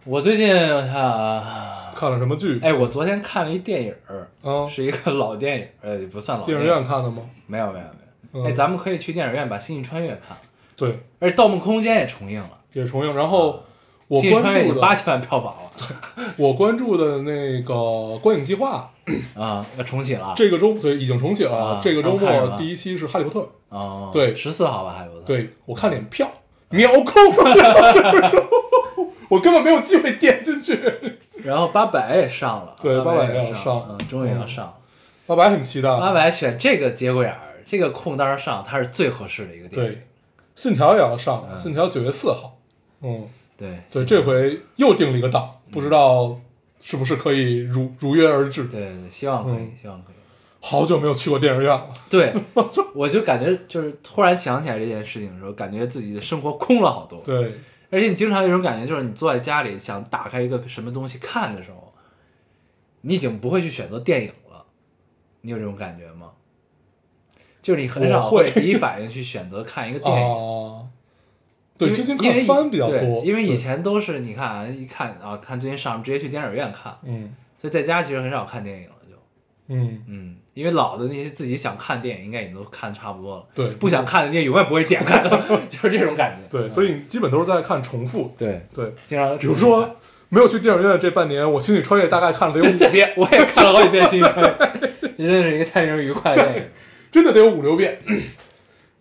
Speaker 2: 我最近我看啊。
Speaker 3: 看了什么剧？
Speaker 2: 哎，我昨天看了一电影儿，
Speaker 3: 嗯，
Speaker 2: 是一个老电影儿，呃，也不算老
Speaker 3: 电影
Speaker 2: 影
Speaker 3: 院看的吗？
Speaker 2: 没有没有没有。
Speaker 3: 嗯
Speaker 2: 哎，咱们可以去电影院把《星际穿越》看，
Speaker 3: 对，
Speaker 2: 而且《盗梦空间》也重映了，
Speaker 3: 也重映。然后
Speaker 2: 啊
Speaker 3: 我
Speaker 2: 《星际穿越》
Speaker 3: 关
Speaker 2: 已
Speaker 3: 注
Speaker 2: 经八
Speaker 3: 的，
Speaker 2: 千万票房了
Speaker 3: 我关注的那个观影计划，
Speaker 2: 啊，要重启了。
Speaker 3: 这个周对已经重启了
Speaker 2: 啊。
Speaker 3: 这个周
Speaker 2: 那我看什
Speaker 3: 末
Speaker 2: 么
Speaker 3: 第一期是《哈利波特》。
Speaker 2: 哦，
Speaker 3: 对
Speaker 2: 十四号吧，还有的。，
Speaker 3: 对我看脸票，秒空，我根本没有机会点进去。
Speaker 2: 然后八佰也上了，
Speaker 3: 对
Speaker 2: 八
Speaker 3: 八佰
Speaker 2: 也
Speaker 3: 要
Speaker 2: 上
Speaker 3: 上
Speaker 2: 了，嗯，终于要上了。
Speaker 3: 老白很期待，
Speaker 2: 八佰选这个节骨眼儿，这个空档上，它是最合适的一个电影。
Speaker 3: 对，信条也要上，
Speaker 2: 嗯
Speaker 3: 信条九月四号，嗯，
Speaker 2: 对
Speaker 3: 对，这回又定了一个档，不知道是不是可以如如约而至。
Speaker 2: 对对，希望可以
Speaker 3: 嗯，
Speaker 2: 希望可以。
Speaker 3: 好久没有去过电影院了，
Speaker 2: 对，我就感觉就是突然想起来这件事情的时候，感觉自己的生活空了好多。
Speaker 3: 对，
Speaker 2: 而且你经常有一种感觉，就是你坐在家里想打开一个什么东西看的时候，你已经不会去选择电影了。你有这种感觉吗？就是你很少
Speaker 3: 我会
Speaker 2: 会第一反应去选择看一个 电影。
Speaker 3: 啊，对，
Speaker 2: 因为
Speaker 3: 最近
Speaker 2: 因为
Speaker 3: 看番比较
Speaker 2: 对
Speaker 3: 多，
Speaker 2: 因为以
Speaker 3: 对，
Speaker 2: 前都是你看啊，一看啊，看最近上直接去电影院看，
Speaker 3: 嗯
Speaker 2: 所以在家其实很少看电影了，就
Speaker 3: 嗯，
Speaker 2: 嗯，因为老的那些自己想看电影，应该也都看差不多了，
Speaker 3: 对，
Speaker 2: 不想看的你也永远不会点开的， 就是这种感觉。
Speaker 3: 对，所以基本都是在看重复，
Speaker 2: 对，
Speaker 3: 对，
Speaker 2: 经常
Speaker 3: 比如 说没有去电影院的这半年，我《星际穿越》大概看了得有
Speaker 2: 对
Speaker 3: 五
Speaker 2: 对对，我也看了好几遍《新闻》，这 真是一个太令人愉快的电影。
Speaker 3: 真的得有五六遍。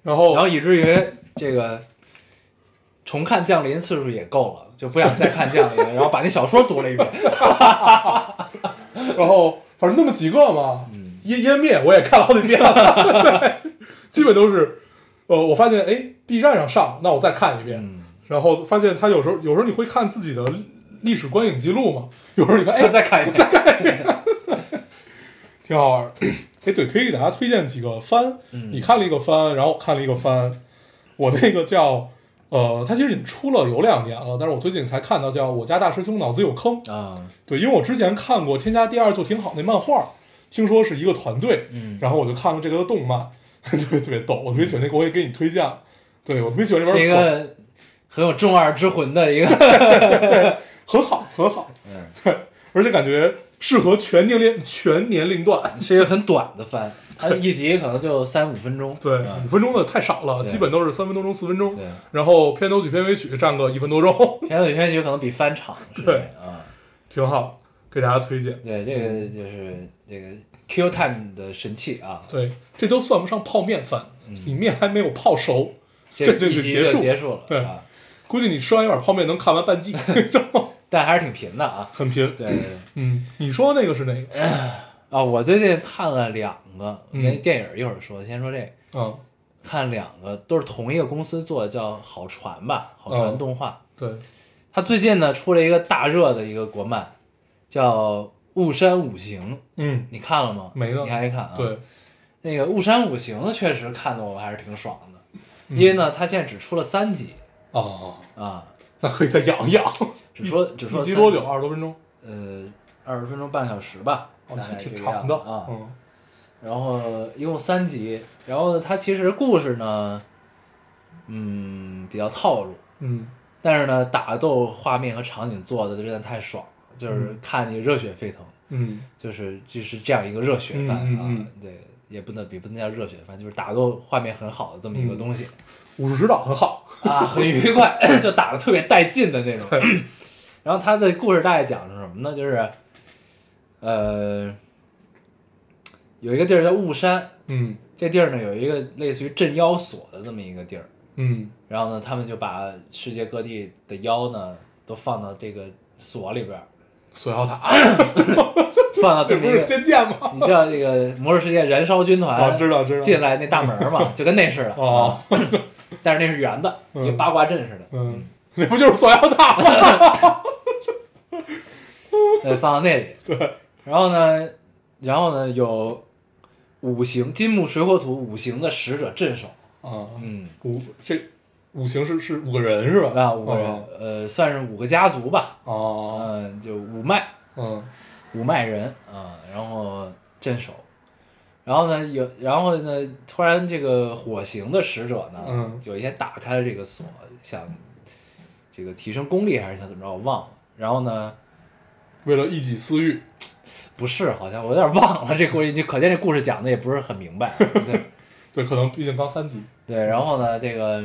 Speaker 3: 然后
Speaker 2: 然后以至于这个重看《降临》次数也够了，就不想再看《降临》了，然后把那小说读了一 遍。
Speaker 3: 然后反正那么几个嘛，湮湮灭我也看了好几遍了，对基本都是，呃，我发现哎，B 站上上，那我再看一遍，
Speaker 2: 嗯，
Speaker 3: 然后发现他有时候有时候你会看自 己 的历史观影记录嘛，有时候你看哎
Speaker 2: 再看一遍。
Speaker 3: 挺好玩儿。哎，对，可以给大家推荐几个番。
Speaker 2: 嗯
Speaker 3: 你看了一个番，然后我看了一个番。我那个叫呃，它其实已经出了有两年了，但是我最近才看到叫《我家大师兄脑子有坑》。
Speaker 2: 啊，
Speaker 3: 对，因为我之前看过《天下第二就挺好》那漫画，听说是一个团队，
Speaker 2: 嗯
Speaker 3: 然后我就看了这个的动漫， 特别特别逗。我特别喜欢那个，我也给你推荐。对，我特别喜欢这
Speaker 2: 嗯是
Speaker 3: 边
Speaker 2: 一
Speaker 3: 狗，
Speaker 2: 个很有中二之魂的一 个，
Speaker 3: 很好，很好，
Speaker 2: 嗯
Speaker 3: 而且感觉适合全年龄全年龄段。
Speaker 2: 是一个很短的番， 它
Speaker 3: 对
Speaker 2: 一集可能就三五分钟。
Speaker 3: 对，
Speaker 2: 啊
Speaker 3: 五分钟的太少了，
Speaker 2: 对
Speaker 3: 基本都是三分多钟、四分钟。
Speaker 2: 对，
Speaker 3: 然后片头曲、片尾曲占个一分多钟，
Speaker 2: 片尾片局可能比翻场之类
Speaker 3: 对
Speaker 2: 啊，
Speaker 3: 挺好，给大家推荐。
Speaker 2: 对，这个就是这个 Q Time 的神器啊，
Speaker 3: 对，这都算不上泡面饭，你面还没有泡熟，
Speaker 2: 嗯这
Speaker 3: 这就
Speaker 2: 一
Speaker 3: 是
Speaker 2: 集
Speaker 3: 结
Speaker 2: 就
Speaker 3: 束
Speaker 2: 结束
Speaker 3: 对
Speaker 2: 了啊，
Speaker 3: 估计你吃完一碗泡面能看完 半季，
Speaker 2: 但还是挺贫的啊。
Speaker 3: 很贫。
Speaker 2: 对，对对
Speaker 3: 嗯，你说那个是哪个？
Speaker 2: 啊，我最近看了两个，
Speaker 3: 嗯
Speaker 2: 那电影一会儿说，先说这个。
Speaker 3: 嗯，
Speaker 2: 看两个都是同一个公司做的，叫好传吧，好
Speaker 3: 嗯
Speaker 2: 传动画。
Speaker 3: 对，
Speaker 2: 它最近呢出了一个大热的一个国漫，叫《雾山五行》，
Speaker 3: 嗯，
Speaker 2: 你看了吗？
Speaker 3: 没呢
Speaker 2: 你看一看啊。，
Speaker 3: 对，
Speaker 2: 那个《雾山五行》确实看的我还是挺爽的，
Speaker 3: 嗯
Speaker 2: 因为呢，它现在只出了三集
Speaker 3: 哦，
Speaker 2: 啊，
Speaker 3: 那可以再养一养。
Speaker 2: 只说只说
Speaker 3: 一集
Speaker 2: 三
Speaker 3: 多久？？啊二十多分钟，
Speaker 2: 呃，二十分钟半小时吧，
Speaker 3: 哦，
Speaker 2: 大
Speaker 3: 那还
Speaker 2: 概这
Speaker 3: 挺
Speaker 2: 个
Speaker 3: 长
Speaker 2: 样
Speaker 3: 的
Speaker 2: 子啊。
Speaker 3: 嗯，
Speaker 2: 然后一共三集，然后它其实故事呢，嗯，比较套路。
Speaker 3: 嗯，
Speaker 2: 但是呢，打斗画面和场景做的真的太爽了，就是看你热血沸腾，
Speaker 3: 嗯，
Speaker 2: 就是就是这样一个热血番
Speaker 3: 嗯嗯
Speaker 2: 啊，
Speaker 3: 嗯
Speaker 2: 对，也不能也不能叫热血番，就是打斗画面很好的这么
Speaker 3: 嗯
Speaker 2: 一个东西、
Speaker 3: 武术指导很好。
Speaker 2: 啊，很愉快， 就打的特别带劲的那种。 然后他的故事大概讲的是什么呢？就是，呃，有一个地儿叫雾山，
Speaker 3: 嗯
Speaker 2: 这地儿呢有一个类似于镇妖所的这么一个地儿，
Speaker 3: 嗯
Speaker 2: 然后呢，他们就把世界各地的妖呢都放到这个锁里边儿，
Speaker 3: 锁妖塔，
Speaker 2: 放到这
Speaker 3: 这
Speaker 2: 么
Speaker 3: 不
Speaker 2: 一
Speaker 3: 是
Speaker 2: 个，
Speaker 3: 仙剑吗？
Speaker 2: 你知道这个魔兽世界燃烧军
Speaker 3: 啊，
Speaker 2: 团
Speaker 3: 知道知道。
Speaker 2: 进来那大门儿 嘛，就跟那似的
Speaker 3: 哦
Speaker 2: 啊，但是那是圆的，
Speaker 3: 嗯
Speaker 2: 一个八卦阵 似的，
Speaker 3: 嗯，那不就是锁妖塔 吗？
Speaker 2: 呃，放到那里。
Speaker 3: 对，
Speaker 2: 然后呢，然后呢有五行金木水火土五行的使者镇守，
Speaker 3: 啊，
Speaker 2: 嗯，
Speaker 3: 五这五行是是五个人是吧？
Speaker 2: 啊五个人，呃，算是五个家族吧，
Speaker 3: 哦，
Speaker 2: 嗯，就五脉，
Speaker 3: 嗯
Speaker 2: 五脉人啊、然后镇守，然后呢有，然后呢突然这个火行的使者呢，
Speaker 3: 嗯
Speaker 2: 有一天打开了这个锁，想这个提升功力还是想怎么着，我忘了。然后呢，
Speaker 3: 为了一己私欲，
Speaker 2: 不是，好像我有点忘了这故事，就可见这故事讲的也不是很明白。啊对
Speaker 3: 对，可能毕竟刚三级，
Speaker 2: 对，然后呢，这个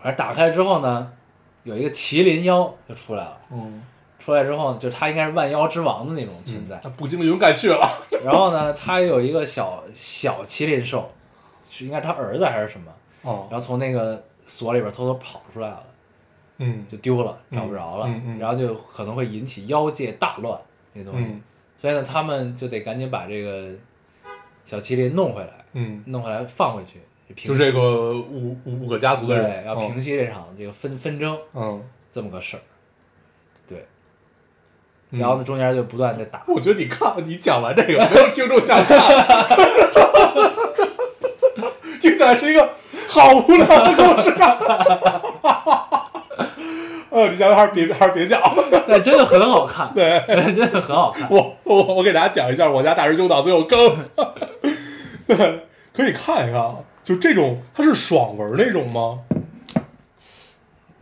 Speaker 2: 反正打开之后呢，有一个麒麟妖就出来了。
Speaker 3: 嗯，
Speaker 2: 出来之后，就他应该是万妖之王的那种存在。
Speaker 3: 那不经云盖去了，
Speaker 2: 然后呢，他有一个小小麒麟兽，是应该他儿子还是什么，
Speaker 3: 哦，
Speaker 2: 然后从那个锁里边偷偷跑出来了，
Speaker 3: 嗯
Speaker 2: 就丢了，
Speaker 3: 嗯
Speaker 2: 找不着了，
Speaker 3: 嗯嗯
Speaker 2: 然后就可能会引起妖界大乱那东西，
Speaker 3: 嗯
Speaker 2: 所以呢，他们就得赶紧把这个小麒麟弄回来，
Speaker 3: 嗯，
Speaker 2: 弄回来放回去，平
Speaker 3: 就
Speaker 2: 息
Speaker 3: 这个五五五个家族的
Speaker 2: 对，
Speaker 3: 人，哦
Speaker 2: 要平息这场这个纷纷争
Speaker 3: 嗯，
Speaker 2: 这么个事儿，对，
Speaker 3: 嗯
Speaker 2: 然后呢，中间就不断在打，
Speaker 3: 我觉得你看你讲完这个，没有听众想看， 听起来是一个好无聊的故事。啊 呃，你讲还是别还是别讲。
Speaker 2: 但真的很好看，
Speaker 3: 对，
Speaker 2: 真的很好看，
Speaker 3: 我我我给大家讲一下，我家大师兄脑子有坑，对，可以看一看啊。就这种，它是爽文那种吗？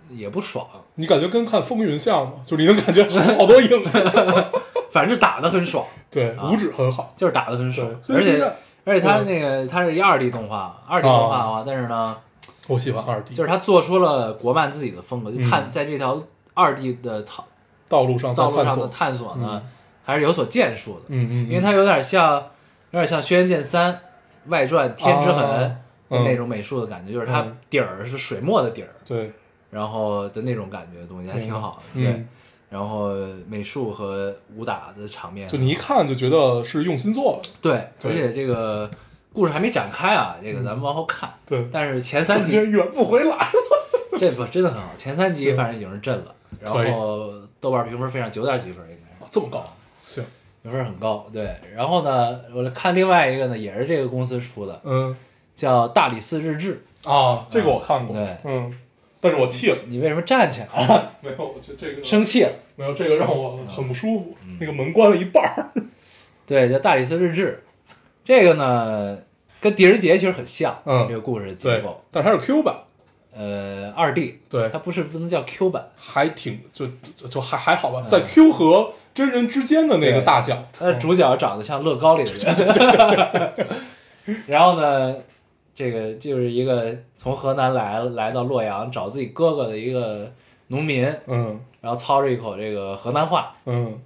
Speaker 2: 也不爽，
Speaker 3: 你感觉跟看风云像吗？就是你能感觉好多影子，
Speaker 2: 反正打的很爽，
Speaker 3: 对，
Speaker 2: 啊
Speaker 3: 五指很好，
Speaker 2: 就是打的很爽，
Speaker 3: 对所
Speaker 2: 而
Speaker 3: 以就是嗯
Speaker 2: 且而且它那个它是一二 D 动画，二 D 动画啊，
Speaker 3: 哦
Speaker 2: 但是呢，
Speaker 3: 我喜欢二 D，
Speaker 2: 就是它做出了国漫自己的风格，就
Speaker 3: 嗯
Speaker 2: 探在这条二 D 的探
Speaker 3: 道路嗯上在
Speaker 2: 道路
Speaker 3: 探
Speaker 2: 上的
Speaker 3: 索，
Speaker 2: 探索呢，还是有所建树的，
Speaker 3: 嗯嗯，
Speaker 2: 因为它有点像有点像《轩辕剑三》外传天之痕
Speaker 3: 啊
Speaker 2: 的
Speaker 3: 嗯
Speaker 2: 那种美术的感觉，就是它
Speaker 3: 嗯
Speaker 2: 底儿是水墨的底儿，
Speaker 3: 对，
Speaker 2: 然后的那种感觉的东西还挺好的，
Speaker 3: 明白嗯
Speaker 2: 对。然后美术和武打的场面，
Speaker 3: 就你一看就觉得是用心做的，
Speaker 2: 对，
Speaker 3: 对
Speaker 2: 而且这个故事还没展开啊，这个咱们往后看。
Speaker 3: 对
Speaker 2: 但是前三
Speaker 3: 感觉
Speaker 2: 集
Speaker 3: 远不回来了。
Speaker 2: 这不真的很好，前三集反正已经是震了，然后豆瓣评分非常九点几分应该是，
Speaker 3: 这么高，行，
Speaker 2: 评分很高。对，然后呢，我看另外一个呢，也是这个公司出的，
Speaker 3: 嗯
Speaker 2: 叫《大理寺日志
Speaker 3: 啊，这个我看过，
Speaker 2: 对
Speaker 3: 嗯，但是我气了》，，
Speaker 2: 你为什么站起来了？
Speaker 3: 没有，我觉得这个
Speaker 2: 生嗯气了？
Speaker 3: 没有这个让我很不舒服，那个门关了一半儿，
Speaker 2: 对，叫《大理寺日志》，这个呢，跟《狄仁杰》其实很像，
Speaker 3: 嗯
Speaker 2: 这个故事的结
Speaker 3: 对
Speaker 2: 构，，
Speaker 3: 但是它是 Q 版，
Speaker 2: 呃，二 D，
Speaker 3: 对
Speaker 2: 它不是不能叫 Q 版，
Speaker 3: 还挺就就就还还好吧，在 Q 和真人之间的那个
Speaker 2: 嗯对
Speaker 3: 大小，
Speaker 2: 它的主角长得像乐高里的人， 然后呢，这个就是一个从河南来来到洛阳找自己哥哥的一个农民，
Speaker 3: 嗯
Speaker 2: 然后操着一口这个河南话，
Speaker 3: 嗯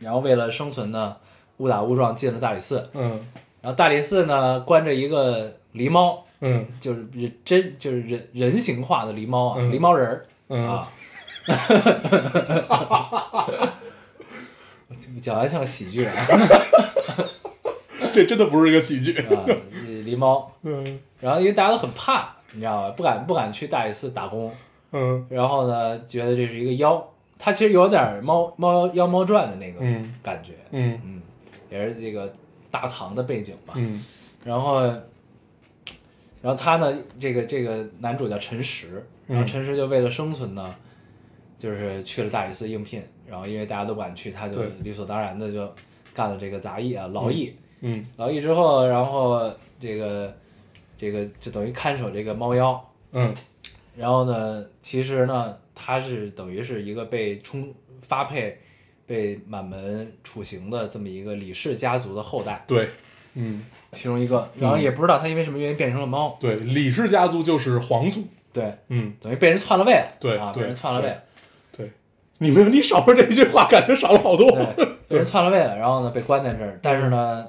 Speaker 2: 然后为了生存呢，误打误撞进了大理寺，
Speaker 3: 嗯
Speaker 2: 然后大理寺呢关着一个狸猫，
Speaker 3: 嗯
Speaker 2: 就是人真就是人人形化的狸猫啊，
Speaker 3: 嗯
Speaker 2: 狸猫人儿、
Speaker 3: 嗯
Speaker 2: 啊。 讲完像个喜剧啊，
Speaker 3: 这真的不是一个喜剧，
Speaker 2: 啊，狸猫。
Speaker 3: 嗯
Speaker 2: 然后因为大家都很怕，你知道吧？不敢不敢去大理寺打工。
Speaker 3: 嗯
Speaker 2: 然后呢，觉得这是一个妖，它其实有点猫猫妖猫传的那个
Speaker 3: 嗯
Speaker 2: 感觉，
Speaker 3: 嗯
Speaker 2: 嗯，也是这个大唐的背景吧。
Speaker 3: 嗯
Speaker 2: 然后，然后他呢，这个这个男主叫陈实，然后
Speaker 3: 嗯
Speaker 2: 陈实就为了生存呢，就是去了大理寺应聘，然后因为大家都不敢去，他就
Speaker 3: 对
Speaker 2: 理所当然的就干了这个杂役啊，劳役，
Speaker 3: 嗯
Speaker 2: 劳役之后，然后这个这个就等于看守这个猫妖，
Speaker 3: 嗯
Speaker 2: 然后呢，其实呢，他是等于是一个被充发配。被满门处刑的这么一个李氏家族的后代，嗯
Speaker 3: 对，嗯
Speaker 2: 其中一个，然后也不知道他因为什么原因变成了猫，
Speaker 3: 对，李氏家族就是皇族，
Speaker 2: 对，
Speaker 3: 嗯
Speaker 2: 等于被人篡了位了，
Speaker 3: 对
Speaker 2: 啊，被
Speaker 3: 对
Speaker 2: 人篡了位了，
Speaker 3: 对，你没有你少说这一句话，感觉少了好多，
Speaker 2: 对，被人篡了位了，然后呢被关在这儿，但是呢，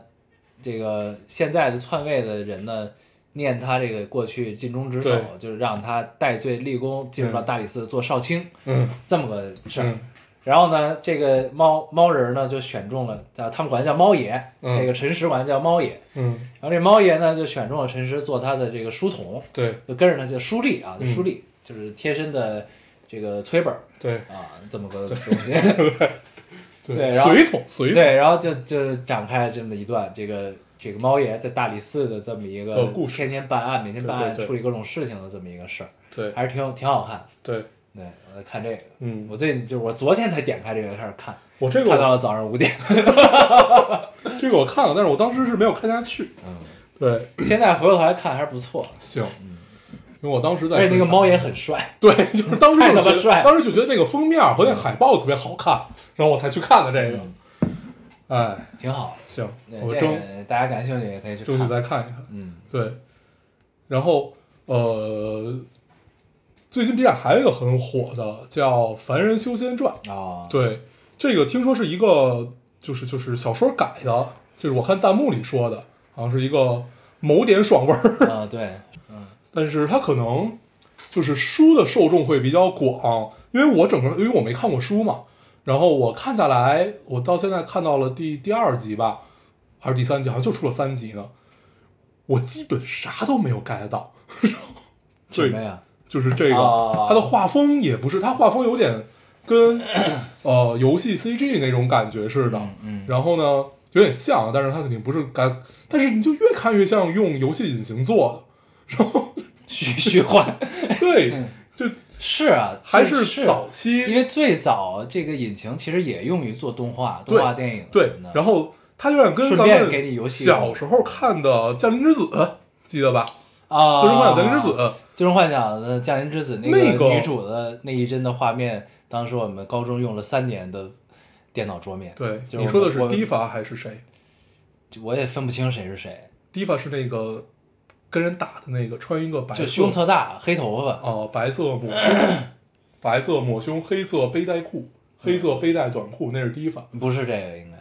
Speaker 2: 这个现在的篡位的人呢，念他这个过去尽忠职守
Speaker 3: 对，
Speaker 2: 就是让他戴罪立功，进入到大理寺做少卿
Speaker 3: 嗯
Speaker 2: 这么个事儿
Speaker 3: 嗯。
Speaker 2: 然后呢，这个猫猫人呢就选中了，啊，他们管他叫猫爷，
Speaker 3: 嗯
Speaker 2: 这个陈实管他叫猫爷。
Speaker 3: 嗯
Speaker 2: 然后这猫爷呢就选中了陈实做他的这个书童，
Speaker 3: 对
Speaker 2: 就跟着他叫书吏啊，就
Speaker 3: 嗯
Speaker 2: 书吏就是贴身的这个崔本儿。
Speaker 3: 对
Speaker 2: 啊，这么个东 西。对然后
Speaker 3: 随从随从
Speaker 2: 对，然后就就展开了这么一段这个这个猫爷在大理寺的这么一个
Speaker 3: 呃故事
Speaker 2: 天天办案，每天办案
Speaker 3: 对对对
Speaker 2: 处理各种事情的这么一个事儿，
Speaker 3: 对
Speaker 2: 还是挺有挺好看的。
Speaker 3: 对，
Speaker 2: 对，我在看这个，
Speaker 3: 嗯，
Speaker 2: 我最近就是我昨天才点开这个开始看，
Speaker 3: 我这个
Speaker 2: 看到
Speaker 3: 我
Speaker 2: 了早上五点。
Speaker 3: 这个我看了，但是我当时是没有看下去，
Speaker 2: 嗯，
Speaker 3: 对，
Speaker 2: 现在回过头来看还是不错，
Speaker 3: 行，因为我当时在
Speaker 2: 而且那个
Speaker 3: 追
Speaker 2: 猫
Speaker 3: 查
Speaker 2: 也很帅。
Speaker 3: 对，就是当时
Speaker 2: 太他妈
Speaker 3: 就觉得
Speaker 2: 帅了
Speaker 3: 当时就觉得那个封面和那海报特别好看，然后我才去看的这个。
Speaker 2: 嗯
Speaker 3: 哎，
Speaker 2: 挺好，
Speaker 3: 行，
Speaker 2: 对
Speaker 3: 我
Speaker 2: 这
Speaker 3: 争
Speaker 2: 个大家感兴趣也可以去
Speaker 3: 争取
Speaker 2: 看。
Speaker 3: 再看一看。
Speaker 2: 嗯，
Speaker 3: 对，然后呃，最近 B 站还有一个很火的叫《凡人修仙传》，
Speaker 2: 哦，
Speaker 3: 对，这个听说是一个就是就是小说改的，就是我看弹幕里说的，好像是一个某点爽文儿，
Speaker 2: 啊，对，嗯，
Speaker 3: 但是它可能就是书的受众会比较广，因为我整个因为我没看过书嘛，然后我看下来，我到现在看到了第第二集吧，还是第三集，好像就出了三集呢，我基本啥都没有 get 到，
Speaker 2: 什么呀？
Speaker 3: 就是这个，
Speaker 2: 哦
Speaker 3: 它的画风也不是，它画风有点跟 呃游戏 CG 那种感觉似的，
Speaker 2: 嗯，
Speaker 3: 然后呢有点像，但是它肯定不是改，但是你就越看越像用游戏引擎做的，然后
Speaker 2: 虚虚幻
Speaker 3: 对，就
Speaker 2: 是啊，
Speaker 3: 还
Speaker 2: 这
Speaker 3: 是早期，
Speaker 2: 因为最早这个引擎其实也用于做动画、动
Speaker 3: 对
Speaker 2: 画电影
Speaker 3: 对
Speaker 2: 什么，的
Speaker 3: 然后它有点跟
Speaker 2: 顺
Speaker 3: 咱
Speaker 2: 便
Speaker 3: 们
Speaker 2: 给你游戏
Speaker 3: 小时候看的《降临之子》，记得吧？
Speaker 2: 啊，
Speaker 3: 《最终幻想降临之子》
Speaker 2: 最终幻想的《降临之子》
Speaker 3: 那
Speaker 2: 个
Speaker 3: 个
Speaker 2: 女主的那一帧的画面，当时我们高中用了三年的电脑桌面。
Speaker 3: 对，
Speaker 2: 就是
Speaker 3: 你说的
Speaker 2: 我
Speaker 3: 是
Speaker 2: 我
Speaker 3: Diva 还是谁
Speaker 2: 我也分不清谁是谁，
Speaker 3: ？Diva 是那个跟人打的那个，穿一个白
Speaker 2: 就
Speaker 3: 色
Speaker 2: 胸特大、黑头发，
Speaker 3: 哦，白色抹胸， 白色抹胸，黑色背带裤，黑色背带短裤，那是第一反，
Speaker 2: 不是这个应该，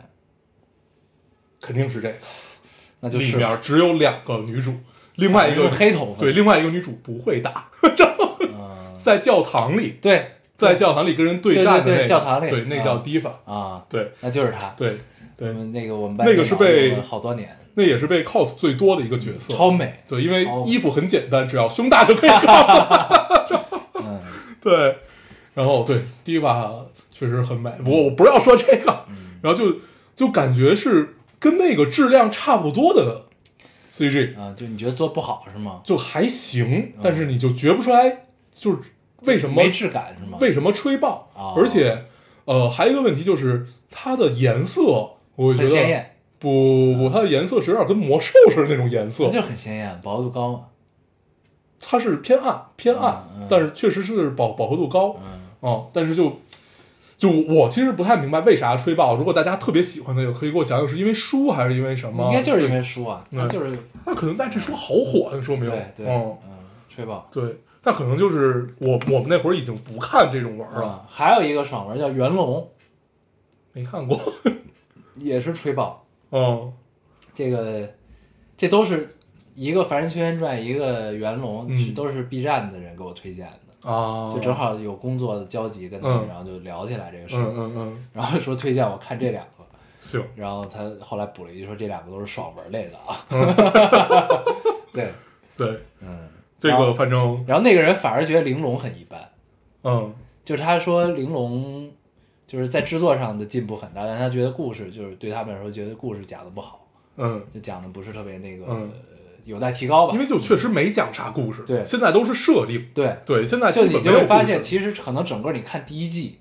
Speaker 3: 肯定是这个。
Speaker 2: 那就
Speaker 3: 里
Speaker 2: 是
Speaker 3: 面只有两个女主，另外一个
Speaker 2: 是黑头发
Speaker 3: 对，另外一个女主不会打，
Speaker 2: 嗯，
Speaker 3: 在教堂里，
Speaker 2: 对
Speaker 3: 在教堂里跟人战的那
Speaker 2: 对对
Speaker 3: 个，
Speaker 2: 对教堂里
Speaker 3: 对，那叫
Speaker 2: 啊嗯
Speaker 3: 第一反，
Speaker 2: 啊，
Speaker 3: 对
Speaker 2: 那就是他。
Speaker 3: 对
Speaker 2: 我
Speaker 3: 对，
Speaker 2: 们那个我们班
Speaker 3: 那个是被
Speaker 2: 电脑用了好多年，
Speaker 3: 那也是被 cos 最多的一个角色，
Speaker 2: 超美，
Speaker 3: 对，因为
Speaker 2: 哦
Speaker 3: 衣服很简单，只要胸大就可以 cos。
Speaker 2: 嗯，
Speaker 3: 对，
Speaker 2: 嗯
Speaker 3: 然后对 Diva 确实很美，不过我不要说这个，然后就就感觉是跟那个质量差不多的 CG，
Speaker 2: 啊，就你觉得做不好是吗？
Speaker 3: 就还行，但是你就觉不出来，就是为什么
Speaker 2: 嗯没质感是吗？
Speaker 3: 为什么吹爆
Speaker 2: 哦？
Speaker 3: 而且，呃，还有一个问题就是它的颜色，我觉
Speaker 2: 很鲜
Speaker 3: 得
Speaker 2: 艳，
Speaker 3: 不不不，它的颜色是有点跟魔兽似的那种颜色
Speaker 2: 那，就是很鲜艳，饱和度高嘛。
Speaker 3: 它是偏暗偏暗
Speaker 2: 嗯嗯，
Speaker 3: 但是确实是饱饱和度高，
Speaker 2: 嗯，
Speaker 3: 嗯，但是就就我其实不太明白为啥吹爆。如果大家特别喜欢的，也可以给我讲讲是因为书还是因为什么？嗯
Speaker 2: 应该就是因为书啊，它就是
Speaker 3: 那可能但这书好火，那说明
Speaker 2: 对对，
Speaker 3: 嗯
Speaker 2: 嗯，吹爆。
Speaker 3: 对，那可能就是我我们那会儿已经不看这种文儿了，
Speaker 2: 啊，还有一个爽文叫《元龙
Speaker 3: 没看过，》，
Speaker 2: 也是吹爆。
Speaker 3: 嗯
Speaker 2: 这个，这都是一个《凡人修仙传》，一个《元龙》
Speaker 3: 嗯
Speaker 2: 是都是 B 站的人给我推荐的，
Speaker 3: 啊，
Speaker 2: 就正好有工作的交集跟他
Speaker 3: 嗯
Speaker 2: 们，然后就聊起来这个事
Speaker 3: 嗯
Speaker 2: 儿，
Speaker 3: 嗯嗯，
Speaker 2: 然后说推荐我看这两个，
Speaker 3: 行，
Speaker 2: 然后他后来补了一句说这两个都是爽文类的啊，
Speaker 3: 嗯
Speaker 2: 对，
Speaker 3: 对，
Speaker 2: 嗯，
Speaker 3: 这
Speaker 2: 然
Speaker 3: 个
Speaker 2: 后
Speaker 3: 反正
Speaker 2: 然后那个人反而觉得玲珑很一般，
Speaker 3: 嗯
Speaker 2: 就是他说玲珑就是在制作上的进步很大，但他觉得故事就是对他们来说觉得故事讲的不好，
Speaker 3: 嗯，
Speaker 2: 就讲的不是特别那个、
Speaker 3: 嗯
Speaker 2: 呃有待提高吧，
Speaker 3: 因为就确实没讲啥故事，
Speaker 2: 对
Speaker 3: 现在都是设定，
Speaker 2: 对，
Speaker 3: 对，现在
Speaker 2: 就
Speaker 3: 基
Speaker 2: 你
Speaker 3: 本
Speaker 2: 就
Speaker 3: 没有
Speaker 2: 会发
Speaker 3: 故事
Speaker 2: 现，其实可能整个你看第一季，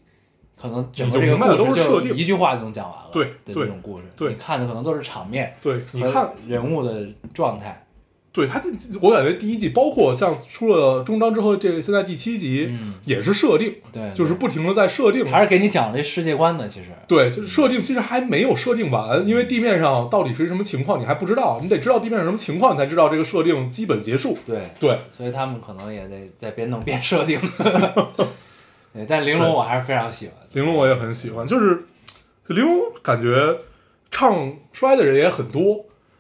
Speaker 2: 可能整
Speaker 3: 你
Speaker 2: 个
Speaker 3: 就
Speaker 2: 这个
Speaker 3: 明白了
Speaker 2: 故
Speaker 3: 都
Speaker 2: 事
Speaker 3: 是设
Speaker 2: 就
Speaker 3: 定
Speaker 2: 一句话就能讲完了，
Speaker 3: 对
Speaker 2: 的
Speaker 3: 对
Speaker 2: 这种故事，
Speaker 3: 对
Speaker 2: 你看的可能都是场面，
Speaker 3: 对，你看
Speaker 2: 人物的状态，
Speaker 3: 对他这，我感觉第一季包括像出了终章之后，这个现在第七集、
Speaker 2: 嗯
Speaker 3: 也是设定，
Speaker 2: 对，
Speaker 3: 就是不停的在设定，
Speaker 2: 还是给你讲了这世界观的，其实，
Speaker 3: 对就是设定，其实还没有设定完，因为地面上到底是什么情况你还不知道，你得知道地面上什么情况，你才知道这个设定基本结束。
Speaker 2: 对
Speaker 3: 对，
Speaker 2: 所以他们可能也得在边弄边设 定。对，但玲珑我还是非常喜欢的。
Speaker 3: 玲珑我也很喜欢，就是就玲珑感觉唱衰的人也很多，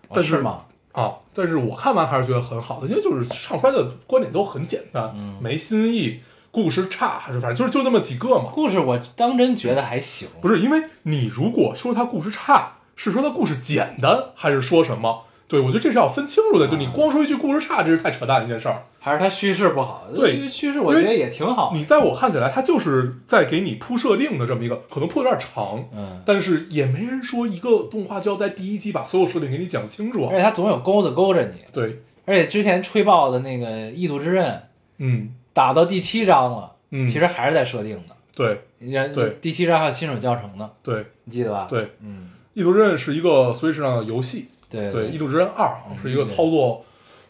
Speaker 2: 哦
Speaker 3: 但
Speaker 2: 是吗？
Speaker 3: 啊，但是我看完还是觉得很好的，因为就是唱衰的观点都很简单，没新意，故事差，还是反正就是就那么几个嘛。
Speaker 2: 故事我当真觉得还行，
Speaker 3: 不是因为你如果说他故事差，是说他故事简单，还是说什么？对，我觉得这是要分清楚的。就你光说一句故事差，这是太扯淡的一件事儿。
Speaker 2: 还是它叙事不好。
Speaker 3: 对
Speaker 2: 因为叙事我觉
Speaker 3: 因
Speaker 2: 得
Speaker 3: 为
Speaker 2: 也挺好。
Speaker 3: 你在我看起来，他就是在给你铺设定的这么一个，可能铺得有点长，
Speaker 2: 嗯，
Speaker 3: 但是也没人说一个动画就要在第一集把所有设定给你讲清楚
Speaker 2: 而
Speaker 3: 啊。
Speaker 2: 且它总有钩子勾着你。
Speaker 3: 对，
Speaker 2: 而且之前吹爆的那个《异度之刃》，
Speaker 3: 嗯，
Speaker 2: 打到第七章了，
Speaker 3: 嗯
Speaker 2: 其实还是在设定的。
Speaker 3: 对，
Speaker 2: 人家
Speaker 3: 对
Speaker 2: 第七章还有新手教程呢，
Speaker 3: 对，
Speaker 2: 你记得吧？，
Speaker 3: 对，《
Speaker 2: 嗯，
Speaker 3: 异度之刃》是一个 Switch 上的游戏，
Speaker 2: 对嗯
Speaker 3: 对，《异度之刃二》啊是一个操作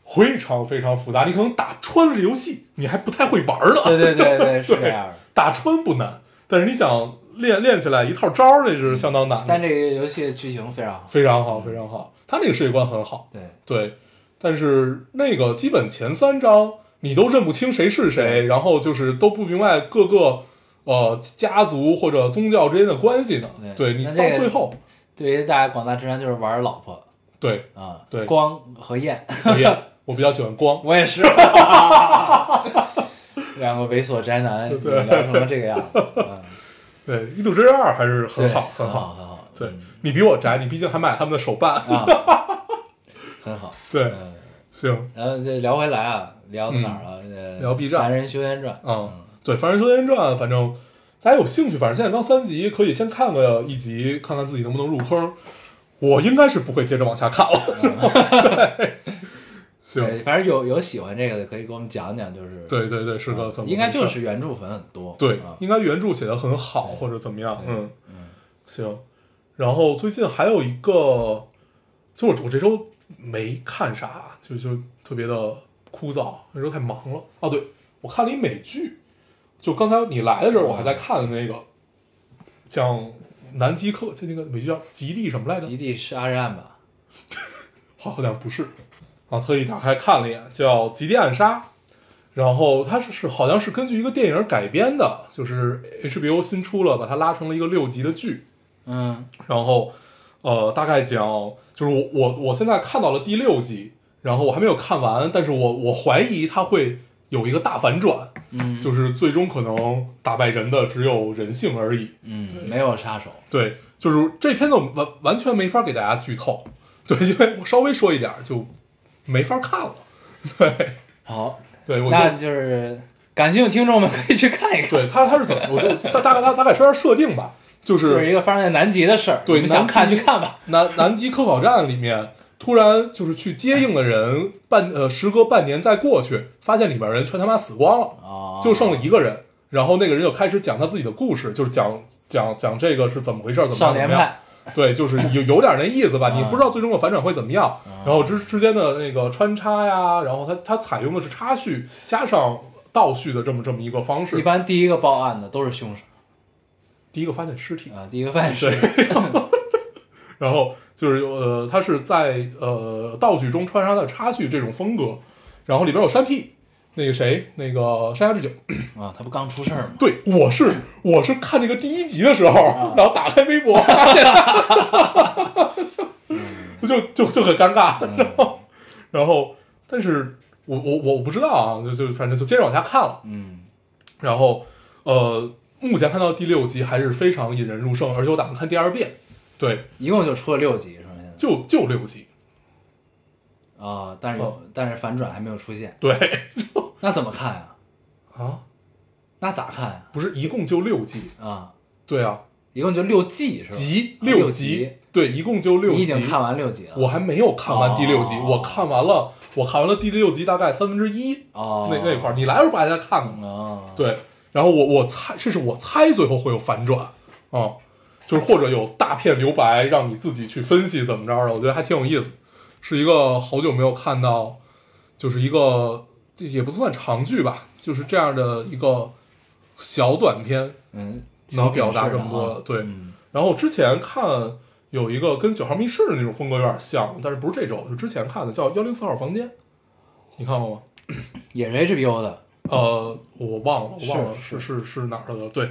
Speaker 3: 非常非常复杂，你可能打穿了这游戏，你还不太会玩儿呢。
Speaker 2: 对对对对，是这样的。
Speaker 3: 打穿不难，但是你想练练起来一套招儿，那是相当难
Speaker 2: 但
Speaker 3: 的。
Speaker 2: 这个游戏的剧情非常好。
Speaker 3: 非常好，非常
Speaker 2: 嗯
Speaker 3: 好，他那个世界观很好，
Speaker 2: 对，
Speaker 3: 对。但是那个基本前三章你都认不清谁是谁，然后就是都不明白各个呃家族或者宗教之间的关系呢。
Speaker 2: 对
Speaker 3: 对你
Speaker 2: 那
Speaker 3: 到
Speaker 2: 这个
Speaker 3: 最后，
Speaker 2: 对于大家广大直男就是玩老婆
Speaker 3: 对
Speaker 2: 啊，
Speaker 3: 对
Speaker 2: 光和艳，
Speaker 3: 讨厌， 我比较喜欢光，
Speaker 2: 我也 是，两个猥琐宅男
Speaker 3: 对
Speaker 2: 聊成了这个样子，嗯
Speaker 3: 对《异度之刃二》还是 很
Speaker 2: 对，
Speaker 3: 好，
Speaker 2: 很
Speaker 3: 很好。
Speaker 2: 很好，
Speaker 3: 对
Speaker 2: 嗯
Speaker 3: 你比我宅，你毕竟还买他们的手办。
Speaker 2: 啊，很好，
Speaker 3: 对，
Speaker 2: 嗯，
Speaker 3: 行，
Speaker 2: 然后再聊回来啊，聊到哪儿了？呃，
Speaker 3: 嗯聊 B 站
Speaker 2: 凡人修仙传》
Speaker 3: 啊，对，《凡人修仙传》，反正大家有兴趣，反正现在刚三集，可以先看个一集，看看自己能不能入坑。我应该是不会接着往下看了。对，行，
Speaker 2: 对，反正有有喜欢这个的，可以给我们讲讲，就是
Speaker 3: 对对对，是
Speaker 2: 啊
Speaker 3: 个怎么回事？
Speaker 2: 应该就是原著粉很多，
Speaker 3: 对
Speaker 2: 啊，
Speaker 3: 应该原著写的很好，或者怎么样？嗯行。然后最近还有一个，其实我我这周没看啥，就就特别的枯燥，那时候太忙了。哦、对，我看了一美剧，就刚才你来的时候我还在看的那个，讲南极客，就那个美剧叫《极地》什么来着？
Speaker 2: 极地是阿战吧？
Speaker 3: 好像不是，然后特意打开看了一眼，叫《极地暗杀》，然后它是是好像是根据一个电影改编的，就是 HBO 新出了，把它拉成了一个六集的剧，
Speaker 2: 嗯，
Speaker 3: 然后呃大概讲就是我我我现在看到了第六集，然后我还没有看完，但是我我怀疑它会有一个大反转，
Speaker 2: 嗯
Speaker 3: 就是最终可能打败人的只有人性而已，
Speaker 2: 嗯，没有杀手，
Speaker 3: 对，就是这片子我完完全没法给大家剧透，对，因为我稍微说一点儿就没法看了。
Speaker 2: 好，
Speaker 3: 对，我
Speaker 2: 那
Speaker 3: 就
Speaker 2: 就是感兴趣的听众们可以去看一看。
Speaker 3: 对他他是怎么，我就大大大大概说一下设定吧。就
Speaker 2: 就是一
Speaker 3: 是
Speaker 2: 个发生在南极的事儿，
Speaker 3: 对
Speaker 2: 你们想看
Speaker 3: 南极
Speaker 2: 去看吧。
Speaker 3: 南南极科考站里面，突然就是去接应的人半呃，时隔半年再过去，发现里面人全他妈死光了。
Speaker 2: 啊，
Speaker 3: 就剩了一个人，然后那个人就开始讲他自己的故事，就是讲讲讲这个是怎么回事，怎么
Speaker 2: 少
Speaker 3: 样怎
Speaker 2: 年
Speaker 3: 么样，
Speaker 2: 派，
Speaker 3: 对，就是有有点那意思吧，
Speaker 2: 啊
Speaker 3: 你不知道最终的反转会怎么样，
Speaker 2: 嗯
Speaker 3: 然后之之间的那个穿插呀，然后他他采用的是插叙加上倒叙的这么这么一个方
Speaker 2: 一
Speaker 3: 式，
Speaker 2: 般第一个报案的都是凶手
Speaker 3: 第一个发现尸体，
Speaker 2: 啊，第一个犯
Speaker 3: 对
Speaker 2: 是，
Speaker 3: 然后就是有呃，他是在呃倒叙中穿插的插叙这种风格，然后里边有山屁，那个谁，那个山下智久，
Speaker 2: 啊，他不刚出事儿吗？
Speaker 3: 对，我是我是看这个第一集的时候，
Speaker 2: 啊
Speaker 3: 然后打开微博，
Speaker 2: 嗯
Speaker 3: 就就就很尴尬，然后然后，但是我我我不知道啊，就就反正就接着往下看了，
Speaker 2: 嗯，
Speaker 3: 然后呃，目前看到第六集还是非常引人入胜，而且我打算看第二遍，对，
Speaker 2: 一共就出了六集是吧？现
Speaker 3: 就就六集，
Speaker 2: 在啊，但是有但是反转还没有出现，
Speaker 3: 对
Speaker 2: 那怎么看呀？
Speaker 3: 啊，
Speaker 2: 那咋看呀？
Speaker 3: 不是一共就六集，
Speaker 2: 啊，
Speaker 3: 对啊，
Speaker 2: 一共就六季是吧？
Speaker 3: 集
Speaker 2: 啊六
Speaker 3: 集，，对，一共就六集，
Speaker 2: 你已经看完六集了。
Speaker 3: 我还没有看完第六集，
Speaker 2: 哦
Speaker 3: 我看完了，我看完了第六集大概三分之一
Speaker 2: 哦，
Speaker 3: 那那块儿，你来的时候不还在看看吗？
Speaker 2: 啊，
Speaker 3: 对，然后我我猜，这是我猜最后会有反转，啊，就是或者有大片留白，让你自己去分析怎么着的，我觉得还挺有意思，是一个好久没有看到，就是一个这也不算长剧吧，就是这样的一个小短片，
Speaker 2: 嗯，
Speaker 3: 能表达这么多，对，
Speaker 2: 嗯
Speaker 3: 然后之前看有一个跟九号密室的那种风格有点像，但是不是这周，就之前看的叫《幺零四号房间》，你看过吗？
Speaker 2: 也是 HBO 的，
Speaker 3: 呃，我忘了，我忘了
Speaker 2: 嗯是
Speaker 3: 是是是哪儿的了。对，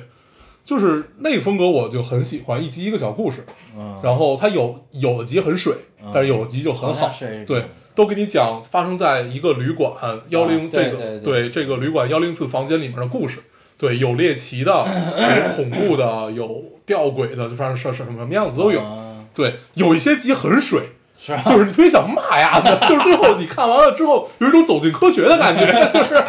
Speaker 3: 就是那个风格我就很喜欢，一集一个小故事，
Speaker 2: 嗯，
Speaker 3: 然后它有有的集很水
Speaker 2: 嗯，
Speaker 3: 但是有的集就很
Speaker 2: 好
Speaker 3: 好
Speaker 2: 像是，
Speaker 3: 对。都给你讲发生在一个旅馆幺零这
Speaker 2: 对
Speaker 3: 个
Speaker 2: 对对
Speaker 3: 这个旅馆幺零四房间里面的故事，对，有猎奇的，有恐怖的，有吊诡的，就反正什什什么样子都有。
Speaker 2: 啊
Speaker 3: 对，有一些集很水，
Speaker 2: 是啊
Speaker 3: 就是你特别想 骂呀，就是最后你看完了之后有一种走进科学 的感觉，就是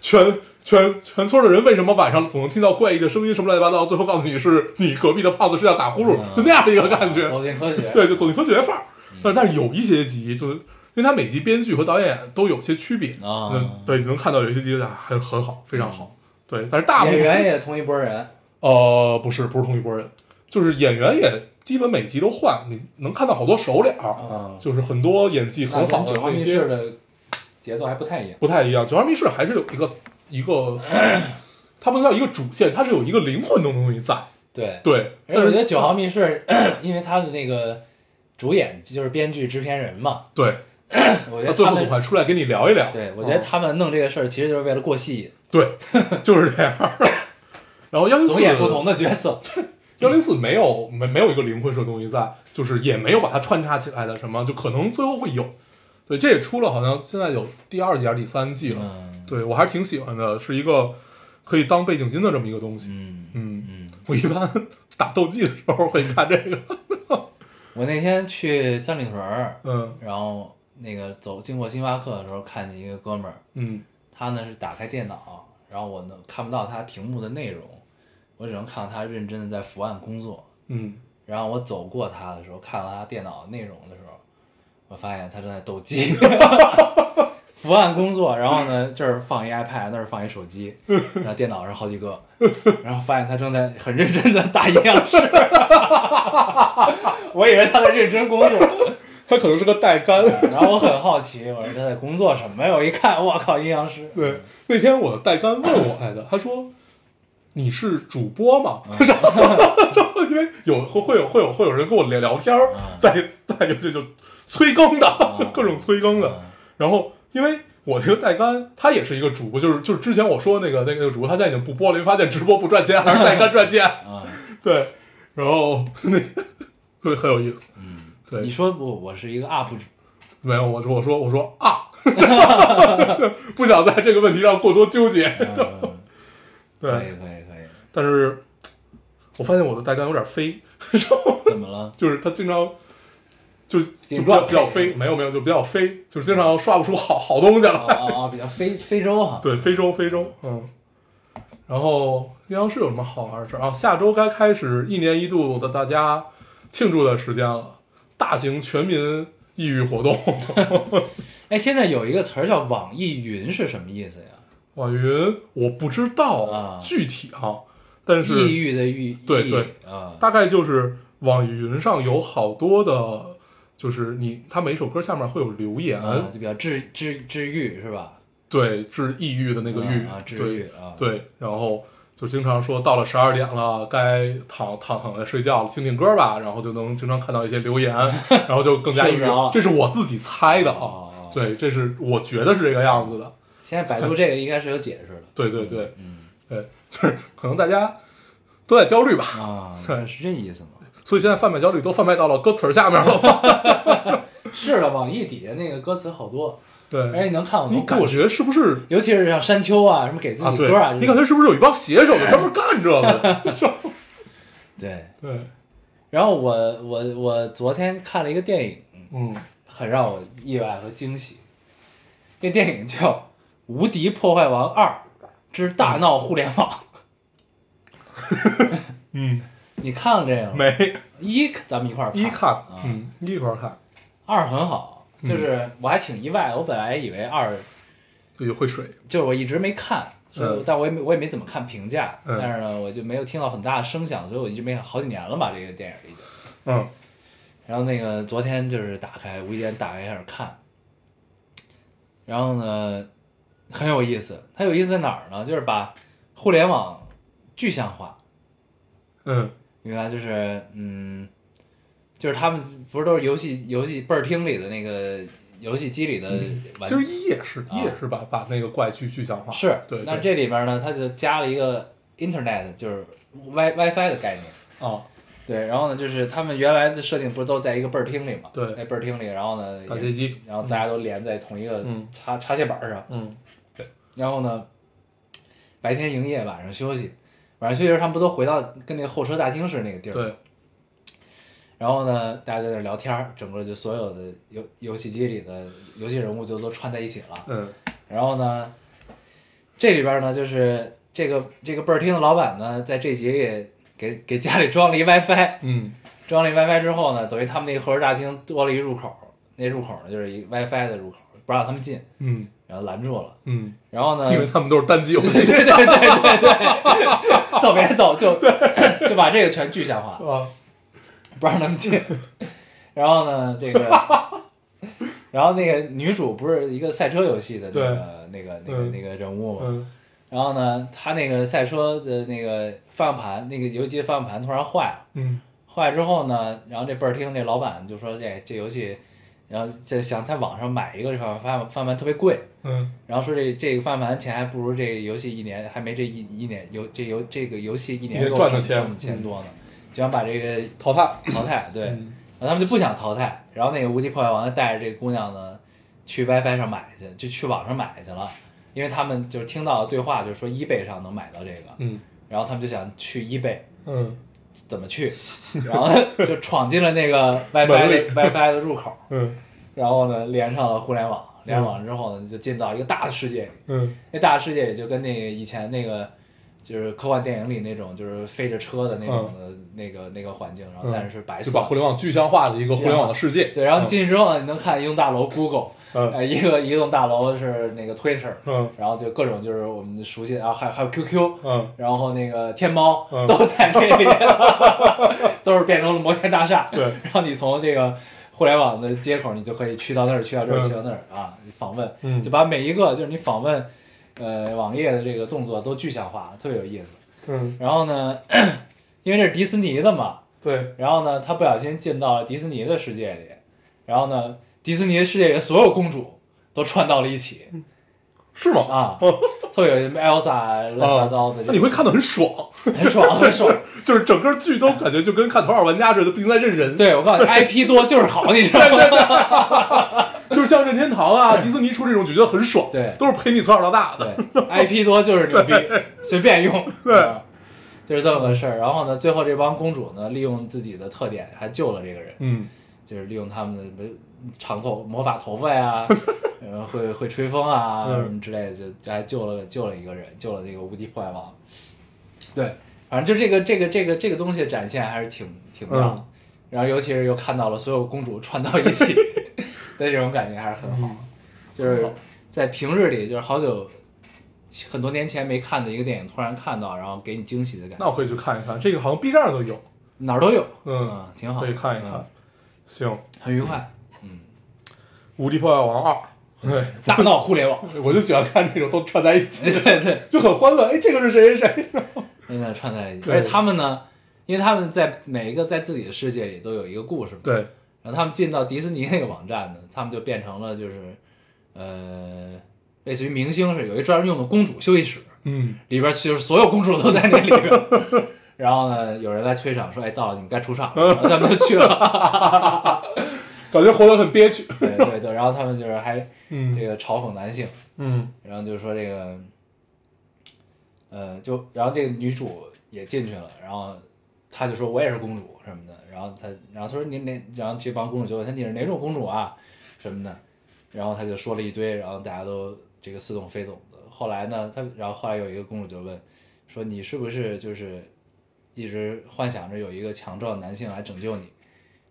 Speaker 3: 全全全村的人为什么晚上总能听到怪异的声音什么乱七八糟，最后告诉你是你隔壁的胖子是要打呼噜，
Speaker 2: 嗯
Speaker 3: 就那样的一个感觉，
Speaker 2: 走进科学，
Speaker 3: 对，就走进科学范儿。
Speaker 2: 嗯
Speaker 3: 但是但是有一些集就是。因为它每集编剧和导演都有些区别
Speaker 2: 啊
Speaker 3: 嗯对，你能看到有一些集还很好，非常好，对，但是大部
Speaker 2: 嗯演
Speaker 3: 分
Speaker 2: 员也同一拨人，
Speaker 3: 呃，不是，不是同一拨人，就是演员也基本每集都换，你能看到好多熟脸儿，
Speaker 2: 啊
Speaker 3: 就是很多演技很好的
Speaker 2: 九号
Speaker 3: 那
Speaker 2: 密室
Speaker 3: 些
Speaker 2: 的节奏还不太一样。
Speaker 3: 不太一样。九号密室还是有一个一个，它不能叫一个主线，它是有一个灵魂的东西在。
Speaker 2: 对，
Speaker 3: 对，
Speaker 2: 而
Speaker 3: 但
Speaker 2: 且
Speaker 3: 是
Speaker 2: 我觉得九号密室， 因为他的那个主演就是编剧、制片人嘛，
Speaker 3: 对，
Speaker 2: 我觉
Speaker 3: 他
Speaker 2: 得
Speaker 3: 最
Speaker 2: 他
Speaker 3: 后总
Speaker 2: 们，
Speaker 3: 还出来跟你聊一聊。啊
Speaker 2: 对我觉得他们弄这个事儿其实就是为了过戏瘾，
Speaker 3: 对，就是这样。 然后幺零
Speaker 2: 总
Speaker 3: 四
Speaker 2: 演不同的角色。
Speaker 3: 幺零四没有没没有一个灵魂社东西在，就是也没有把它穿插起来的什么，就可能最后会有。对，这也出了，好像现在有第二季还是第三季了。
Speaker 2: 嗯
Speaker 3: 对我还挺喜欢的，是一个可以当背景音的这么一个东西。
Speaker 2: 嗯
Speaker 3: 嗯，
Speaker 2: 嗯，
Speaker 3: 我一般打斗技的时候会看这个。
Speaker 2: 我那天去三里屯儿，
Speaker 3: 嗯
Speaker 2: 然后那个走经过星巴克的时候，看见一个哥们儿，
Speaker 3: 嗯
Speaker 2: 他呢是打开电脑，然后我呢看不到他屏幕的内容，我只能看到他认真的在伏案工作。
Speaker 3: 嗯，
Speaker 2: 然后我走过他的时候，看到他电脑内容的时候，我发现他正在斗鸡， 伏案工作。然后呢，这儿放一 iPad，那儿放一手 机，然后电脑上好几个，然后发现他正在很认真的打阴 阳师，我以为他在认真工 作。
Speaker 3: 它可能是个带杆。
Speaker 2: 然后我很好奇，我说他在工作什么呀？我一看，我靠，阴阳师。
Speaker 3: 对，那天我带杆问我来的，他说。你是主播吗？
Speaker 2: 嗯
Speaker 3: 然后因为有会会有会有会有人跟我聊聊天儿
Speaker 2: 嗯，
Speaker 3: 在在就就催更的，就
Speaker 2: 嗯
Speaker 3: 各种催更的。然后因为我这个带杆，他也是一个主播，就是就是之前我说那个那个那个主播，他现在已经不播了，因为发现直播不赚钱，还是带杆赚钱。
Speaker 2: 啊、
Speaker 3: 对，然后那 会很有意思。
Speaker 2: 嗯，
Speaker 3: 对
Speaker 2: 你说不？我是一个 UP 主，
Speaker 3: 没有，我说我说我说啊， 不想在这个问题上过多纠结。
Speaker 2: 嗯、可
Speaker 3: 对，
Speaker 2: 以可以可以，
Speaker 3: 但是我发现我的带杆有点飞，
Speaker 2: 怎么了？
Speaker 3: 就是他经常。就就比
Speaker 2: 顶
Speaker 3: 较
Speaker 2: 撞
Speaker 3: 比较
Speaker 2: 配
Speaker 3: 飞，没有没有，就比较飞，就是经常刷不出好好东西
Speaker 2: 哦
Speaker 3: 来。
Speaker 2: 哦哦，比较非非洲哈，
Speaker 3: 对，非洲非洲，嗯。然后阴阳师有什么好玩的事儿啊？下周该开始一年一度的大家庆祝的时间了，大型全民抑郁活动。
Speaker 2: 哎，现在有一个词儿叫网易云是什么意思呀？
Speaker 3: 网云我不知道
Speaker 2: 啊
Speaker 3: 具体啊，但是
Speaker 2: 抑郁的郁，
Speaker 3: 对
Speaker 2: 抑
Speaker 3: 对
Speaker 2: 啊，
Speaker 3: 大概就是网易云上有好多的，就是你他每一首歌下面会有留言，
Speaker 2: 啊就比较治治治愈是吧？
Speaker 3: 对，治抑郁的那个郁，
Speaker 2: 啊啊治
Speaker 3: 对
Speaker 2: 愈啊
Speaker 3: 对，然后就经常说到了十二点了，该躺躺躺在睡觉了，听听歌吧，然后就能经常看到一些 留言，然后就更加抑郁
Speaker 2: 睡不着。
Speaker 3: 这是我自己猜的啊
Speaker 2: 哦哦，
Speaker 3: 对，这是我觉得是这个样子的，
Speaker 2: 现在百度这个应该是有解释的
Speaker 3: 对对对，
Speaker 2: 嗯
Speaker 3: 对，就是可能大家都在焦虑吧，
Speaker 2: 啊，
Speaker 3: 对
Speaker 2: 是这意思吗？
Speaker 3: 所以现在贩卖焦虑都贩卖到了歌词儿下 面了。
Speaker 2: 是的，网易底下那个歌词好多，而且
Speaker 3: 对，
Speaker 2: 你能看哎好多
Speaker 3: 你感
Speaker 2: 故事，
Speaker 3: 觉是不是
Speaker 2: 尤其是像山丘啊，什么给自
Speaker 3: 啊？
Speaker 2: 己
Speaker 3: 对
Speaker 2: 歌啊，，哎
Speaker 3: 你感觉是不是有一帮写手就专门干这 个的？
Speaker 2: 对。
Speaker 3: 对，
Speaker 2: 然后我我我昨天看了一个电影，
Speaker 3: 嗯，
Speaker 2: 很让我意外和惊喜。这电影叫《无敌破坏王二之大闹互联网》，
Speaker 3: 嗯，
Speaker 2: 你看了这个吗？
Speaker 3: 没
Speaker 2: 一咱们一块儿
Speaker 3: 一看
Speaker 2: 啊，，
Speaker 3: 嗯，一块儿看，
Speaker 2: 二很好，就是我还挺意外，我本来以为二
Speaker 3: 对，就会水，
Speaker 2: 就是我一直没看，所以我
Speaker 3: 嗯
Speaker 2: 但我也没我也没怎么看评价，
Speaker 3: 嗯
Speaker 2: 但是呢，我就没有听到很大的声响，所以我一直没看，好几年了吧，这个电影已经。
Speaker 3: 嗯
Speaker 2: 然后那个昨天就是打开无意间打开开始看，然后呢很有意思，它有意思在哪儿呢？就是把互联网具象化，
Speaker 3: 嗯
Speaker 2: 明白？就是嗯，就是他们不是都是游戏游戏倍儿厅里的那个游戏机里的玩
Speaker 3: 嗯其实一也是
Speaker 2: 啊
Speaker 3: 一也是把把那个怪剧具象化，
Speaker 2: 是，
Speaker 3: 对，
Speaker 2: 那
Speaker 3: 对
Speaker 2: 这里边呢，它就加了一个 Internet，就是 Wi WiFi 的概念。
Speaker 3: 啊，
Speaker 2: 对，然后呢，就是他们原来的设定不是都在一个倍儿厅里嘛？
Speaker 3: 对
Speaker 2: 那倍儿厅里，然后呢，
Speaker 3: 打
Speaker 2: 也
Speaker 3: 街机，
Speaker 2: 然后大家都连在同一个
Speaker 3: 嗯
Speaker 2: 插插线板儿上，
Speaker 3: 嗯
Speaker 2: 然后呢，白天营业，晚上休息，晚上休息的时候他们不都回到跟那个候车大厅似的那个地儿？。
Speaker 3: 对，
Speaker 2: 然后呢，大家在那儿聊天儿，整个就所有的游游戏机里的游戏人物就都串在一起了。
Speaker 3: 嗯
Speaker 2: 然后呢，这里边儿呢就是这个这个倍儿厅的老板呢，在这集里给给家里装了一 WiFi，
Speaker 3: 嗯
Speaker 2: 装了一 WiFi 之后呢，等于他们那个核大厅多了一入口，那入口呢就是一 WiFi 的入口，不让他们进，
Speaker 3: 嗯
Speaker 2: 然后拦住了。
Speaker 3: 嗯，
Speaker 2: 然后 呢，
Speaker 3: 因为他们都是单机游
Speaker 2: 对
Speaker 3: 戏
Speaker 2: 对对对对 对，走别走，就 就把这个全具象化，
Speaker 3: 啊，
Speaker 2: 不让他们进。 然后呢，这个，然后那个女主不是一个赛车游戏的那个那个那个
Speaker 3: 嗯
Speaker 2: 那个人物嘛，
Speaker 3: 嗯
Speaker 2: 然后呢，她那个赛车的那个方向盘，那个游戏机的方向盘突然坏了，
Speaker 3: 嗯
Speaker 2: 坏了之后呢，然后这倍儿厅这老板就说这这游戏，然后就想在网上买一个这方方方向盘特别贵，
Speaker 3: 嗯
Speaker 2: 然后说这这个翻盘钱还不如这个游戏一年还没这一一年游这游这个游戏一年
Speaker 3: 一年
Speaker 2: 给我
Speaker 3: 赚的
Speaker 2: 钱
Speaker 3: 钱
Speaker 2: 钱多呢，就想把这 个
Speaker 3: 淘汰，
Speaker 2: 淘汰。对，
Speaker 3: 嗯
Speaker 2: 然后他们就不想淘汰，然后那个无敌破坏王就带着这个姑娘呢去 WiFi 上买去，就去网上买去了，因为他们就是听到对话，就是说 eBay 上能买到这个，
Speaker 3: 嗯
Speaker 2: 然后他们就想去 eBay
Speaker 3: 嗯
Speaker 2: 怎么 去，然后就闯进了那个 WiFi
Speaker 3: 门里
Speaker 2: 的 WiFi 的入口，
Speaker 3: 嗯
Speaker 2: 然后呢连上了互联网，连上网之后呢就进到一个大的世界里。
Speaker 3: 嗯
Speaker 2: 那大世界也就跟那个以前那个就是科幻电影里那种就是飞着车的那种的、那个那个环境，然后
Speaker 3: 嗯
Speaker 2: 但是是白色
Speaker 3: 就
Speaker 2: 的。
Speaker 3: 把互联网具象化的一个互联网的世界，
Speaker 2: 对，然后进去之后呢，你能看一栋大楼 Google，、
Speaker 3: 嗯
Speaker 2: 呃，一个一栋大楼是那个 Twitter，、
Speaker 3: 嗯
Speaker 2: 然后就各种就是我们熟悉的，然后还有还有 QQ，
Speaker 3: 嗯
Speaker 2: 然后那个天猫、
Speaker 3: 嗯
Speaker 2: 都在那里， 都是变成了摩天大厦。
Speaker 3: 对
Speaker 2: 然后你从这个互联网的接口，你就可以去到那儿，去到这儿，
Speaker 3: 嗯
Speaker 2: 去到那儿啊，访问，
Speaker 3: 嗯
Speaker 2: 就把每一个就是你访问呃网页的这个动作都具象化，特别有意思。
Speaker 3: 嗯
Speaker 2: 然后呢， 因为这是迪士尼的嘛，
Speaker 3: 对，
Speaker 2: 然后呢，他不小心进到了迪士尼的世界里，然后呢，迪士尼世界里的所有公主都串到了一起
Speaker 3: 是吗？
Speaker 2: 啊，特别有意思 Elsa 乱七八糟的这种，
Speaker 3: 哦那你会看得很爽，
Speaker 2: 很爽很爽。
Speaker 3: 就是整个剧都感觉就跟看《头号玩家》似的，不停在认人，
Speaker 2: 对，我告诉你，IP 多就是好，你知道吗？
Speaker 3: 就是像任天堂啊、迪士尼出这种就觉得很爽，
Speaker 2: 对
Speaker 3: 都是陪你从小到大的，
Speaker 2: 对，IP 多就是牛逼，随便用。
Speaker 3: 对
Speaker 2: 啊就是这么个事儿。然后呢，最后这帮公主呢，利用自己的特点还救了这个人，
Speaker 3: 嗯
Speaker 2: 就是利用他们的什么长头魔法头发 呀，然后会会吹风啊
Speaker 3: 嗯
Speaker 2: 什么之类的，就就还救了救了一个人，救了那个无敌破坏王。对，反正就这个这个这个这个东西展现还是挺挺
Speaker 3: 嗯
Speaker 2: 棒的，然后尤其是又看到了所有公主串到一 起的这种感觉还是很好，
Speaker 3: 嗯
Speaker 2: 就是在平日里就是好久很多年前没看的一个电影，突然看到，然后给你惊喜的感觉
Speaker 3: 那，我可以去看一看，这个好像 B 站都有，
Speaker 2: 哪儿都有，
Speaker 3: 嗯
Speaker 2: 挺好，
Speaker 3: 可以看一看。
Speaker 2: 嗯
Speaker 3: 行，《
Speaker 2: 很愉快，
Speaker 3: 无敌破坏王二》，对，
Speaker 2: 大闹互联网，
Speaker 3: 我就喜欢看这种都串在一起，
Speaker 2: 对对对，
Speaker 3: 就很欢乐。哎，这个是谁谁谁？
Speaker 2: 现在串在一起，
Speaker 3: 对
Speaker 2: 而且他们呢，因为他们在每一个在自己的世界里都有一个故事嘛，
Speaker 3: 对，
Speaker 2: 然后他们进到迪士尼那个网站呢，他们就变成了就是，呃，类似于明星是有一专门用的公主休息室，
Speaker 3: 嗯，
Speaker 2: 里边就是所有公主都在那里边。 然后呢，有人来催场说：“哎，到了，你们该出场了。”然 后他们就去了。
Speaker 3: 感觉活得很憋屈。
Speaker 2: 对对对，然后他们就是还
Speaker 3: 嗯
Speaker 2: 这个嘲讽男性，
Speaker 3: 嗯
Speaker 2: 然后就说这个，呃，就然后这个女主也进去了，然后她就说我也是公主什么的，然后她然后她说您哪，然后这帮公主就问她你是哪种公主啊什么的，然后她就说了一堆，然后大家都这个似懂非懂的。后来呢，她然后后来有一个公主就问说你是不是就是一直幻想着有一个强壮的男性来拯救你，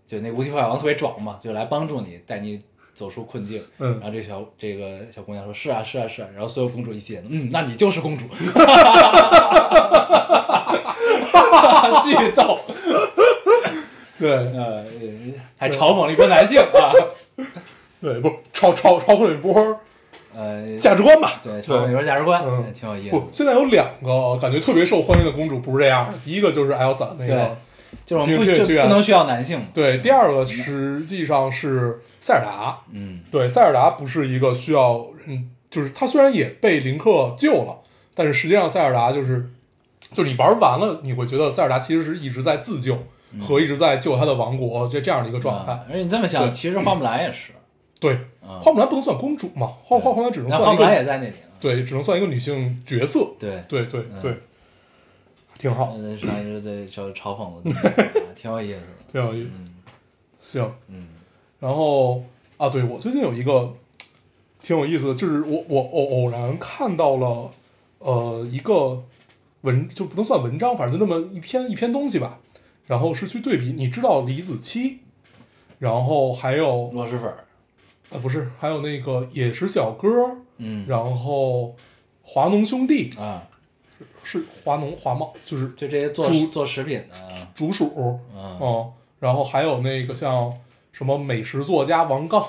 Speaker 2: 就那无敌破坏王特别壮嘛，就来帮助你，带你走出困境。然
Speaker 3: 嗯，
Speaker 2: 后这小这个小姑娘说：“是啊，是啊，是啊。”然后所有公主一起眼睛，嗯，那你就是公主， 巨逗，
Speaker 3: 对
Speaker 2: 呃，还嘲讽了一波男性啊，
Speaker 3: 对，不超超超过一波
Speaker 2: 呃，
Speaker 3: 价值观吧。
Speaker 2: 对，嘲讽了一波价值观，
Speaker 3: 嗯
Speaker 2: 挺有意思
Speaker 3: 不
Speaker 2: 的。，
Speaker 3: 现在有两个感觉特别受欢迎的公主不是这样的，第一个就是艾尔萨那个
Speaker 2: 对，就是我们不
Speaker 3: 明确
Speaker 2: 就
Speaker 3: 区别
Speaker 2: 不能需要男性嘛，
Speaker 3: 啊对，第二个实际上是塞尔达，
Speaker 2: 嗯，
Speaker 3: 对，塞尔达不是一个需要人，就是他虽然也被林克救了，但是实际上塞尔达就是，就你玩完了，你会觉得塞尔达其实是一直在自救
Speaker 2: 嗯
Speaker 3: 和一直在救他的王国这这样的一个状态
Speaker 2: 啊。而且你这么
Speaker 3: 对
Speaker 2: 想，其 实花木兰也是，
Speaker 3: 对，
Speaker 2: 嗯
Speaker 3: 花木兰不能算公主嘛，花
Speaker 2: 对
Speaker 3: 花木兰只能
Speaker 2: 那花
Speaker 3: 算一
Speaker 2: 木兰也
Speaker 3: 个，
Speaker 2: 在那里啊，
Speaker 3: 对，只能算一个女性角色。
Speaker 2: 对，
Speaker 3: 对对
Speaker 2: 嗯
Speaker 3: 对，挺好，
Speaker 2: 那是还是在小嘲讽 了，啊挺有意思的，
Speaker 3: 挺有意思。行，
Speaker 2: 嗯，
Speaker 3: 然后啊，对我最近有一个挺有意思的，就是我我偶偶然看到了呃一个文就不能算文章，反正就那么一篇一篇东西吧。然后是去对比，你知道李子柒，然后还有
Speaker 2: 螺蛳粉儿，
Speaker 3: 啊不是，还有那个野食小哥，
Speaker 2: 嗯，
Speaker 3: 然后华农兄弟
Speaker 2: 啊，
Speaker 3: 是华农华茂，就是
Speaker 2: 就这些做
Speaker 3: 猪
Speaker 2: 做食品的啊，
Speaker 3: 竹鼠，
Speaker 2: 嗯。
Speaker 3: 嗯，然后还有那个像什么美食作家王刚，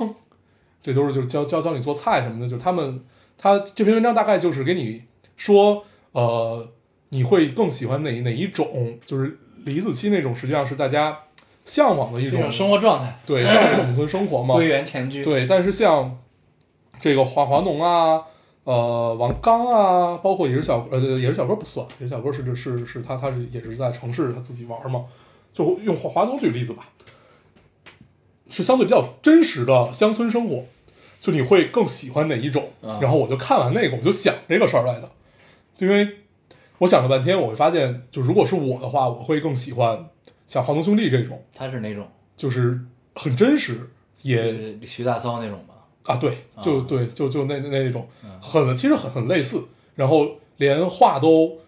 Speaker 3: 这都是就是教教教你做菜什么的，就是他们他这篇文章大概就是给你说，呃，你会更喜欢哪哪一种？就是李子柒那种，实际上是大家向往的一
Speaker 2: 这
Speaker 3: 种
Speaker 2: 种生活状态，
Speaker 3: 对向往的农村生活嘛。
Speaker 2: 归园田居，
Speaker 3: 对，但是像这个华华农啊，呃，王刚啊，包括也是小呃，也是小哥不算，也是小哥是是是他他是也是在城市他自己玩嘛，就用华华农举例子吧，是相对比较真实的乡村生活，就你会更喜欢哪一种？
Speaker 2: 啊
Speaker 3: 然后我就看完那个，我就想这个事儿来的，因为我想了半天，我会发现，就如果是我的话，我会更喜欢像华农兄弟这种，
Speaker 2: 他是哪种？
Speaker 3: 就是很真实，也
Speaker 2: 就是徐大骚那种吧？
Speaker 3: 啊，对，就
Speaker 2: 啊嗯
Speaker 3: 对，就就那那那种，很其实很很类似，然后连话都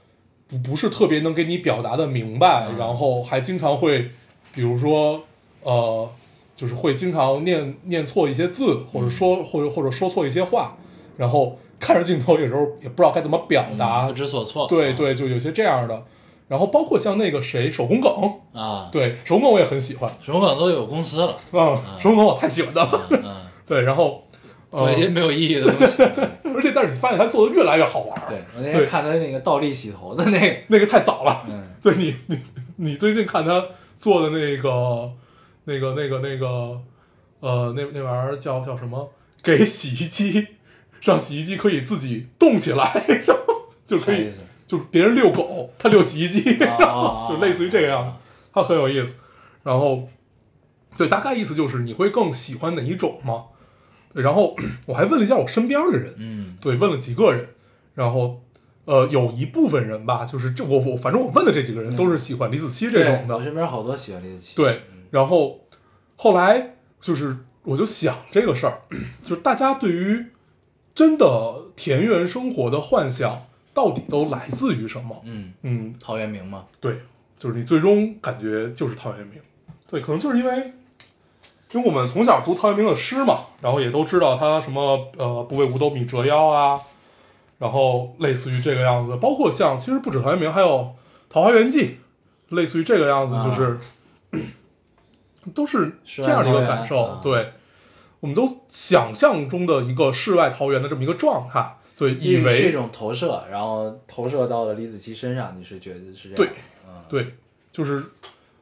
Speaker 3: 不不是特别能给你表达的明白，
Speaker 2: 嗯
Speaker 3: 然后还经常会，比如说呃，就是会经常念念错一些字，
Speaker 2: 嗯
Speaker 3: 或者说或者或者说错一些话，然后看着镜头有时候也不知道该怎么表达
Speaker 2: 不，知所措。
Speaker 3: 对
Speaker 2: 啊
Speaker 3: 对，就有些这样的，然后包括像那个谁手工梗，
Speaker 2: 啊，
Speaker 3: 对手工梗我也很喜欢，
Speaker 2: 什么梗都有公司了。
Speaker 3: 啊，手工梗我太喜欢他了，
Speaker 2: 嗯，嗯
Speaker 3: 对，然后。
Speaker 2: 做一
Speaker 3: 呃
Speaker 2: 些没有意义的东 西。
Speaker 3: 而且但是你发现他做的越来越好玩儿，
Speaker 2: 对，我那
Speaker 3: 对
Speaker 2: 天看他那个倒立洗头的那 个，
Speaker 3: 那个太早了。
Speaker 2: 嗯，
Speaker 3: 对你你你最近看他做的那个那个那个那个呃那那玩意儿叫叫什么？给洗衣机，让洗衣机可以自己动起来， 然后 就可
Speaker 2: 啥
Speaker 3: 以
Speaker 2: 意思？
Speaker 3: 就别人遛狗，他遛洗衣机，
Speaker 2: 啊啊啊
Speaker 3: 就类似于这个样子，它很有意思。然后，对，大概意思就是你会更喜欢哪一种吗？对然后我还问了一下我身边的人，
Speaker 2: 嗯，
Speaker 3: 对，问了几个人，然后呃，有一部分人吧，就是这我我嗯反正我问的这几个人都是喜欢李子柒这种嗯
Speaker 2: 对我
Speaker 3: 的，
Speaker 2: 身边好多喜欢李子柒。
Speaker 3: 对，然后后来就是我就想这个事儿，就是大家对于真的田园生活的幻想到底都来自于什么？
Speaker 2: 嗯，
Speaker 3: 嗯，
Speaker 2: 陶渊明嘛，
Speaker 3: 对，就是你最终感觉就是陶渊明。对，可能就是因为，因为我们从小读陶渊明的诗嘛，然后也都知道他什么呃“不为五斗米折腰”啊，然后类似于这个样子，包括像其实不止陶渊明，还有《桃花源记》，类似于这个样子，就是、都是这样的一个感
Speaker 2: 啊世外
Speaker 3: 受。
Speaker 2: 桃源啊
Speaker 3: 对，我们都想象中的一个世外桃源的这么一个状态，对，以
Speaker 2: 因是一
Speaker 3: 为
Speaker 2: 种投射，然后投射到了李子柒身上，你是觉得是这样？嗯
Speaker 3: 对，对，就是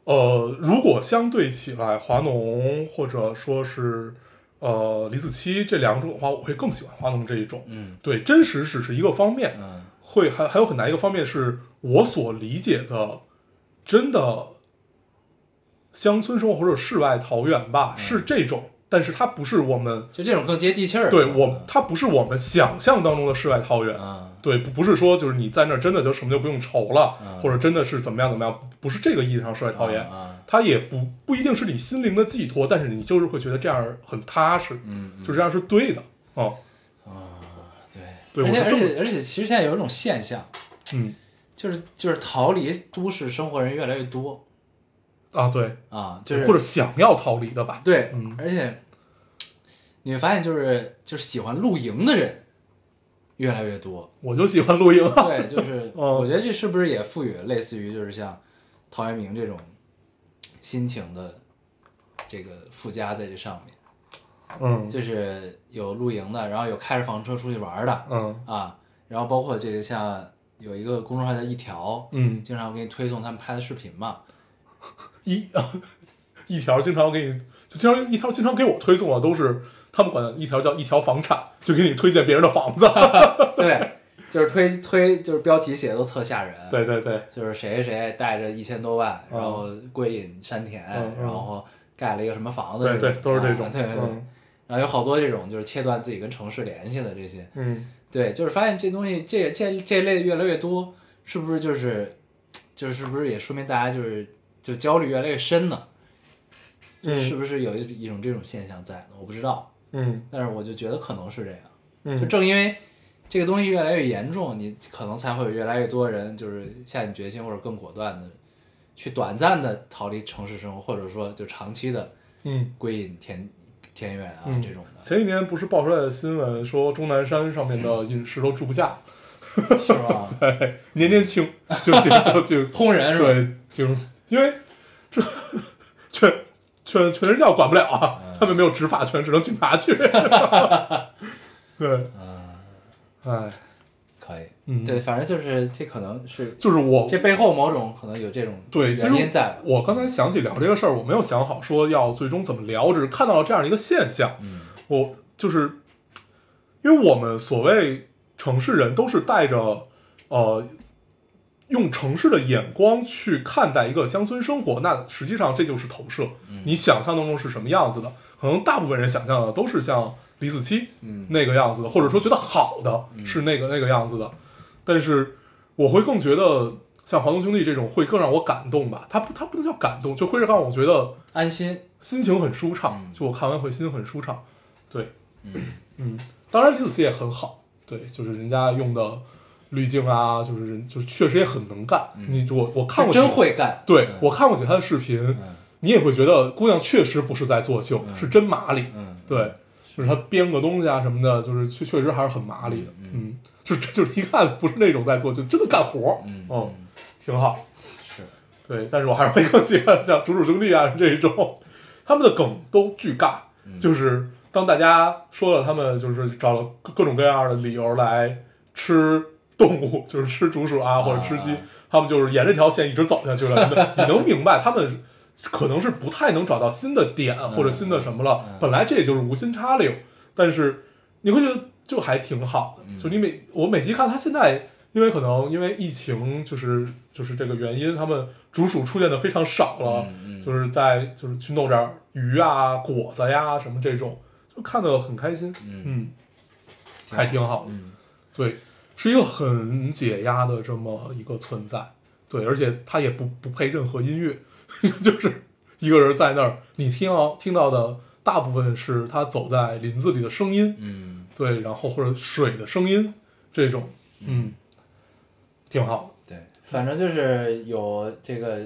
Speaker 3: 呃，如果相对起来，华农或者说是呃李子柒这两种的话，我会更喜欢华农这一种。
Speaker 2: 嗯
Speaker 3: 对，真实只是一个方面，
Speaker 2: 嗯
Speaker 3: 会还还有很大一个方面是我所理解的，真的乡村生活或者世外桃源吧，是这种，但是它不是我们
Speaker 2: 就这种更接地气儿。
Speaker 3: 对
Speaker 2: 嗯
Speaker 3: 我，它不是我们想象当中的世外桃源。
Speaker 2: 嗯
Speaker 3: 对，不不是说就是你在那儿真的就什么就不用愁了，
Speaker 2: 嗯
Speaker 3: 或者真的是怎么样怎么样，不是这个意义上世外桃源，
Speaker 2: 嗯
Speaker 3: 它也不不一定是你心灵的寄托，但是你就是会觉得这样很踏实，
Speaker 2: 嗯，嗯
Speaker 3: 就这样是对的，哦、
Speaker 2: 对，
Speaker 3: 对
Speaker 2: 而且
Speaker 3: 我
Speaker 2: 而
Speaker 3: 就这么
Speaker 2: 且而且，其实现在有一种现象，
Speaker 3: 嗯，
Speaker 2: 就是就是逃离都市生活人越来越多
Speaker 3: 啊，对，
Speaker 2: 啊，就是
Speaker 3: 或者想要逃离的吧，
Speaker 2: 对，
Speaker 3: 嗯
Speaker 2: 而且你会发现，就是就是喜欢露营的人越来越多。
Speaker 3: 我就喜欢露营，
Speaker 2: 对， 就是
Speaker 3: 哦
Speaker 2: 我觉得这是不是也赋予了类似于就是像陶渊明这种心情的这个附加在这上面，
Speaker 3: 嗯
Speaker 2: 就是有露营的，然后有开着房车出去玩的
Speaker 3: 嗯
Speaker 2: 啊，然后包括这个像有一个公众号叫一条，
Speaker 3: 嗯，
Speaker 2: 经常给你推送他们拍的视频 嘛，
Speaker 3: 一 一条经常给你，就经常一条经常给我推送的都是他们管一条叫一条房产，就给你推荐别人的房子，
Speaker 2: 对，就是推推就是标题写的都特吓人，
Speaker 3: 对对对，
Speaker 2: 就是谁谁谁带着一千多万，
Speaker 3: 嗯
Speaker 2: 然后归隐山田，
Speaker 3: 嗯嗯
Speaker 2: 然后盖了一个什么房子
Speaker 3: 对
Speaker 2: 这种，
Speaker 3: 对都是这
Speaker 2: 啊
Speaker 3: 种，
Speaker 2: 对对对。
Speaker 3: 嗯
Speaker 2: 然后有好多这种就是切断自己跟城市联系的这些，
Speaker 3: 嗯。
Speaker 2: 对，就是发现这东西这这这类越来越多，是不是就是就是是不是也说明大家就是就焦虑越来越深呢？是
Speaker 3: 嗯
Speaker 2: 不是有一一种这种现象在呢？我不知道，
Speaker 3: 嗯
Speaker 2: 但是我就觉得可能是这样。就
Speaker 3: 嗯，
Speaker 2: 正因为这个东西越来越严重，你可能才会有越来越多人就是下定决心或者更果断的去短暂的逃离城市生活，或者说就长期的
Speaker 3: 嗯
Speaker 2: 归隐田田园啊、
Speaker 3: 嗯
Speaker 2: 这种的，
Speaker 3: 前几年不是爆出来的新闻说钟南山上面的饮食都住不下，
Speaker 2: 是 吧？
Speaker 3: 哎，年年轻，就就就就
Speaker 2: 轰人是吧？
Speaker 3: 对，就因为这全全全是教管不了啊，他们没有执法权，只能警察去。对，哎，
Speaker 2: 可以，
Speaker 3: 嗯，
Speaker 2: 对，，反正就是这可能是
Speaker 3: 就是我
Speaker 2: 这背后某种可能有这种
Speaker 3: 对，其实
Speaker 2: 原因在吧？
Speaker 3: 我刚才想起聊这个事儿，我没有想好说要最终怎么聊，只是看到了这样的一个现象。
Speaker 2: 嗯，
Speaker 3: 我就是因为我们所谓城市人都是带着呃用城市的眼光去看待一个乡村生活，那实际上这就是投射。
Speaker 2: 嗯
Speaker 3: 你想象当中是什么样子的？可能大部分人想象的都是像李子柒
Speaker 2: 嗯
Speaker 3: 那个样子的，或者说觉得好的是那个那个样子的。但是我会更觉得像华东兄弟这种会更让我感动吧。他不，他不能叫感动，就会让我觉得
Speaker 2: 安心，
Speaker 3: 心情很舒畅。
Speaker 2: 嗯
Speaker 3: 就我看完会心很舒畅。对， 嗯当然李子柒也很好，对，就是人家用的滤镜啊，就是人就是确实也很能干。你我我看过
Speaker 2: 真
Speaker 3: 几
Speaker 2: 会干，
Speaker 3: 对
Speaker 2: 嗯
Speaker 3: 我看过几他的视频，
Speaker 2: 嗯
Speaker 3: 你也会觉得姑娘确实不是在作秀，
Speaker 2: 嗯
Speaker 3: 是真麻利。
Speaker 2: 嗯，
Speaker 3: 对，就是她编个东西啊什么的，就是确确实还是很麻利的。
Speaker 2: 嗯
Speaker 3: 嗯，就就是一看不是那种在作秀，真的干活，
Speaker 2: 嗯
Speaker 3: 哦
Speaker 2: 嗯
Speaker 3: 挺好。
Speaker 2: 是，
Speaker 3: 对，但是我还是会更喜欢像楚楚兄弟啊这一种，他们的梗都巨尬，
Speaker 2: 嗯
Speaker 3: 就是当大家说了他们就是找了各各种各样的理由来吃动物，就是吃竹鼠啊或者吃鸡
Speaker 2: 啊，
Speaker 3: 他们就是沿着这条线一直走下去了。你们你能明白他们可能是不太能找到新的点或者新的什么了
Speaker 2: 嗯。
Speaker 3: 本来这也就是无心插柳，但是你会觉得就还挺好
Speaker 2: 嗯
Speaker 3: 的。就你每我每集看他现在。因为可能因为疫情，就是就是这个原因，他们竹鼠出现的非常少了，
Speaker 2: 嗯嗯
Speaker 3: 就是在就是去弄点儿鱼啊、果子呀什么这种，就看得很开心，
Speaker 2: 嗯
Speaker 3: 还挺好的，
Speaker 2: 嗯
Speaker 3: 对，是一个很解压的 这么一个存在，对，而且它也不不配任何音乐，就是一个人在那儿，你听到听到的大部分是他走在林子里的声音，
Speaker 2: 嗯，
Speaker 3: 对，然后或者水的声音这种，嗯，挺好
Speaker 2: 对，反正就是有这个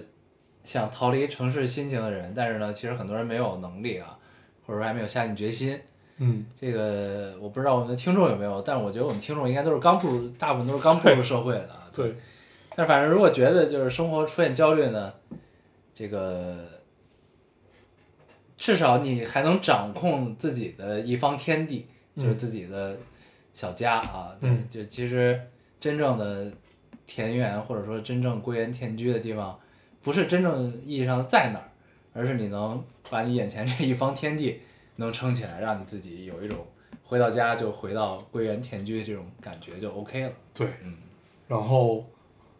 Speaker 2: 想逃离城市心情的人，但是呢，其实很多人没有能力啊，或者说还没有下定决心。
Speaker 3: 的，嗯，
Speaker 2: 这个我不知道我们的听众有没有，但我觉得我们听众应该都是刚步入，大部分都是刚步入社会的啊。
Speaker 3: 对，
Speaker 2: 但反正如果觉得就是生活出现焦虑呢，这个至少你还能掌控自己的一方天地，就是
Speaker 3: 嗯
Speaker 2: 自己的小家啊。
Speaker 3: 嗯
Speaker 2: 对，就其实真正的田园或者说真正归园田居的地方，不是真正意义上的在哪儿，而是你能把你眼前这一方天地能撑起来，让你自己有一种回到家就回到归园田居这种感觉就 OK 了。
Speaker 3: 对，
Speaker 2: 嗯，
Speaker 3: 然后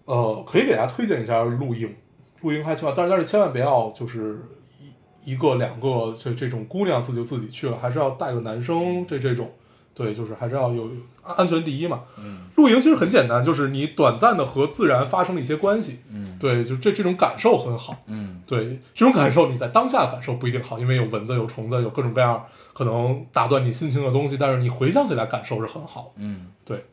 Speaker 3: 呃，可以给大家推荐一下露营，露营还挺好，但是但是千万不要就是一一个两个这这种姑娘自己就自己去了，还是要带个男生这这种，对，就是还是要有安安全第一嘛。
Speaker 2: 嗯，
Speaker 3: 露营其实很简单，就是你短暂的和自然发生了一些关系，
Speaker 2: 嗯
Speaker 3: 对，就这这种感受很好。
Speaker 2: 嗯
Speaker 3: 对这种感受，你在当下感受不一定好，因为有蚊子、有虫子、有各种各样可能打断你心情的东西。但是你回想起来，感受是很好的。
Speaker 2: 嗯
Speaker 3: 对，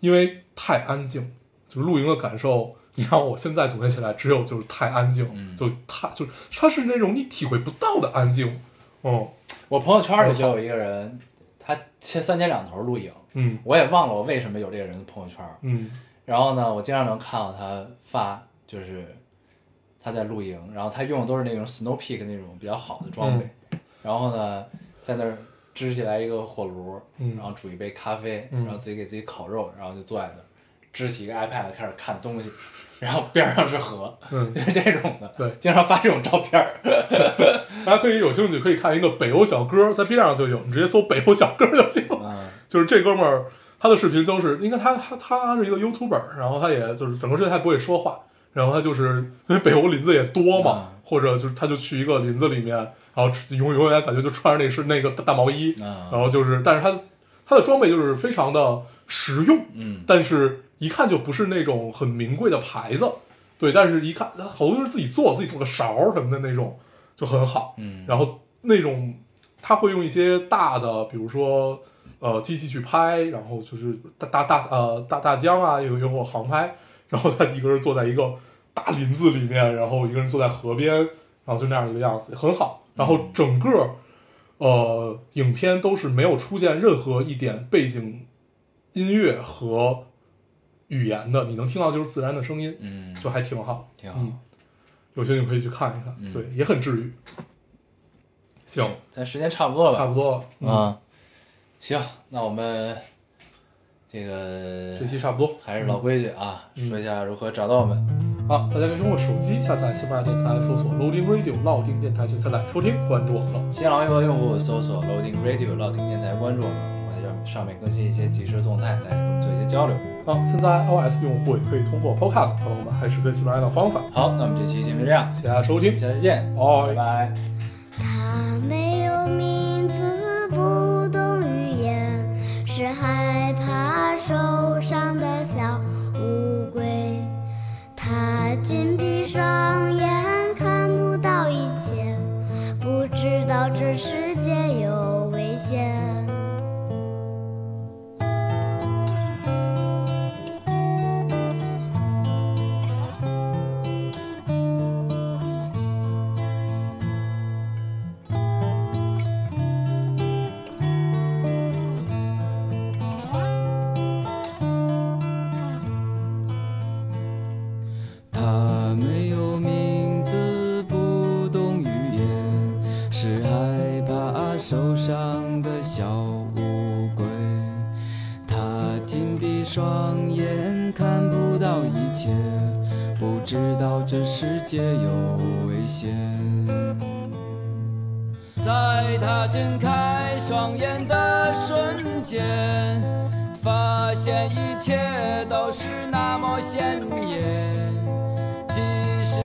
Speaker 3: 因为太安静，就是露营的感受。你让我现在总结起来，只有就是太安静，
Speaker 2: 嗯
Speaker 3: 就太就是它是那种你体会不到的安静。嗯
Speaker 2: 我朋友圈里就有一个人，他切三天两头露营，
Speaker 3: 嗯
Speaker 2: 我也忘了我为什么有这个人的朋友圈。
Speaker 3: 嗯
Speaker 2: 然后呢，我经常能看到他发，就是他在露营，然后他用的都是那种 Snow Peak 那种比较好的装备，
Speaker 3: 嗯
Speaker 2: 然后呢，在那儿支起来一个火炉，
Speaker 3: 嗯
Speaker 2: 然后煮一杯咖啡，
Speaker 3: 嗯
Speaker 2: 然后自己给自己烤肉，然后就坐在那儿，支起一个 iPad 开始看东西，然后边上是河，
Speaker 3: 嗯
Speaker 2: 就，是这种的，
Speaker 3: 对
Speaker 2: 经常发这种照片 儿。
Speaker 3: 大家可以有兴趣可以看一个北欧小哥，在 B 站上就有，你直接搜北欧小哥就行。
Speaker 2: 嗯
Speaker 3: 就是这哥们儿，他的视频都是，应该他他他是一个 YouTuber，然后他也就是整个世界他也不会说话，然后他就是因为北欧林子也多嘛，
Speaker 2: 嗯
Speaker 3: 或者就是他就去一个林子里面，然后永永远感觉就穿着那身那个大毛衣，
Speaker 2: 嗯
Speaker 3: 然后就是，但是他他的装备就是非常的实用，
Speaker 2: 嗯
Speaker 3: 但是一看就不是那种很名贵的牌子，对，但是一看他好多都是自己做，自己做个勺儿什么的那种就很好，
Speaker 2: 嗯
Speaker 3: 然后那种他会用一些大的，比如说呃机器去拍，然后就是大大大呃大大疆啊，有有火航拍，然后他一个人坐在一个大林子里面，然后一个人坐在河边，然后就那样一个样子，很好。
Speaker 2: 嗯
Speaker 3: 然后整个呃影片都是没有出现任何一点背景音乐和语言的，你能听到就是自然的声音，
Speaker 2: 嗯，
Speaker 3: 就还挺好。
Speaker 2: 挺好。
Speaker 3: 嗯，有兴趣可以去看一看，
Speaker 2: 嗯
Speaker 3: 对，也很治愈。行，
Speaker 2: 咱时间差不多了吧
Speaker 3: 差不多了，嗯，
Speaker 2: 啊，行，那我们这个
Speaker 3: 这期差不多
Speaker 2: 还是老规矩啊，
Speaker 3: 嗯
Speaker 2: 说一下如何找到我们。
Speaker 3: 啊！大家可以通过手机下载喜马拉雅电台，搜索 Loading Radio 老丁电台去下载收听，关注我们了。
Speaker 2: 新浪微博用户搜索 Loading Radio 老丁电台，关注我们，我在这上面更新一些即时动态，带着我们做一些交流。
Speaker 3: 啊，现在 iOS 用户也可以通过 Podcast 朋友们，还是跟喜马拉雅的方法。
Speaker 2: 好，那我们这期节目就这样，
Speaker 3: 谢谢大家收听，
Speaker 2: 下次见，拜
Speaker 3: 拜
Speaker 2: 拜。
Speaker 4: 它没有名字，不懂语言，是害怕受伤的小乌龟。它紧闭双眼，看不到一切，不知道这世界有危险。
Speaker 5: 它没有名字，不懂语言，是害怕受伤的小乌龟。它紧闭双眼，看不到一切，不知道这世界有危险。在它睁开双眼的瞬间，发现一切都是那么鲜艳。即使。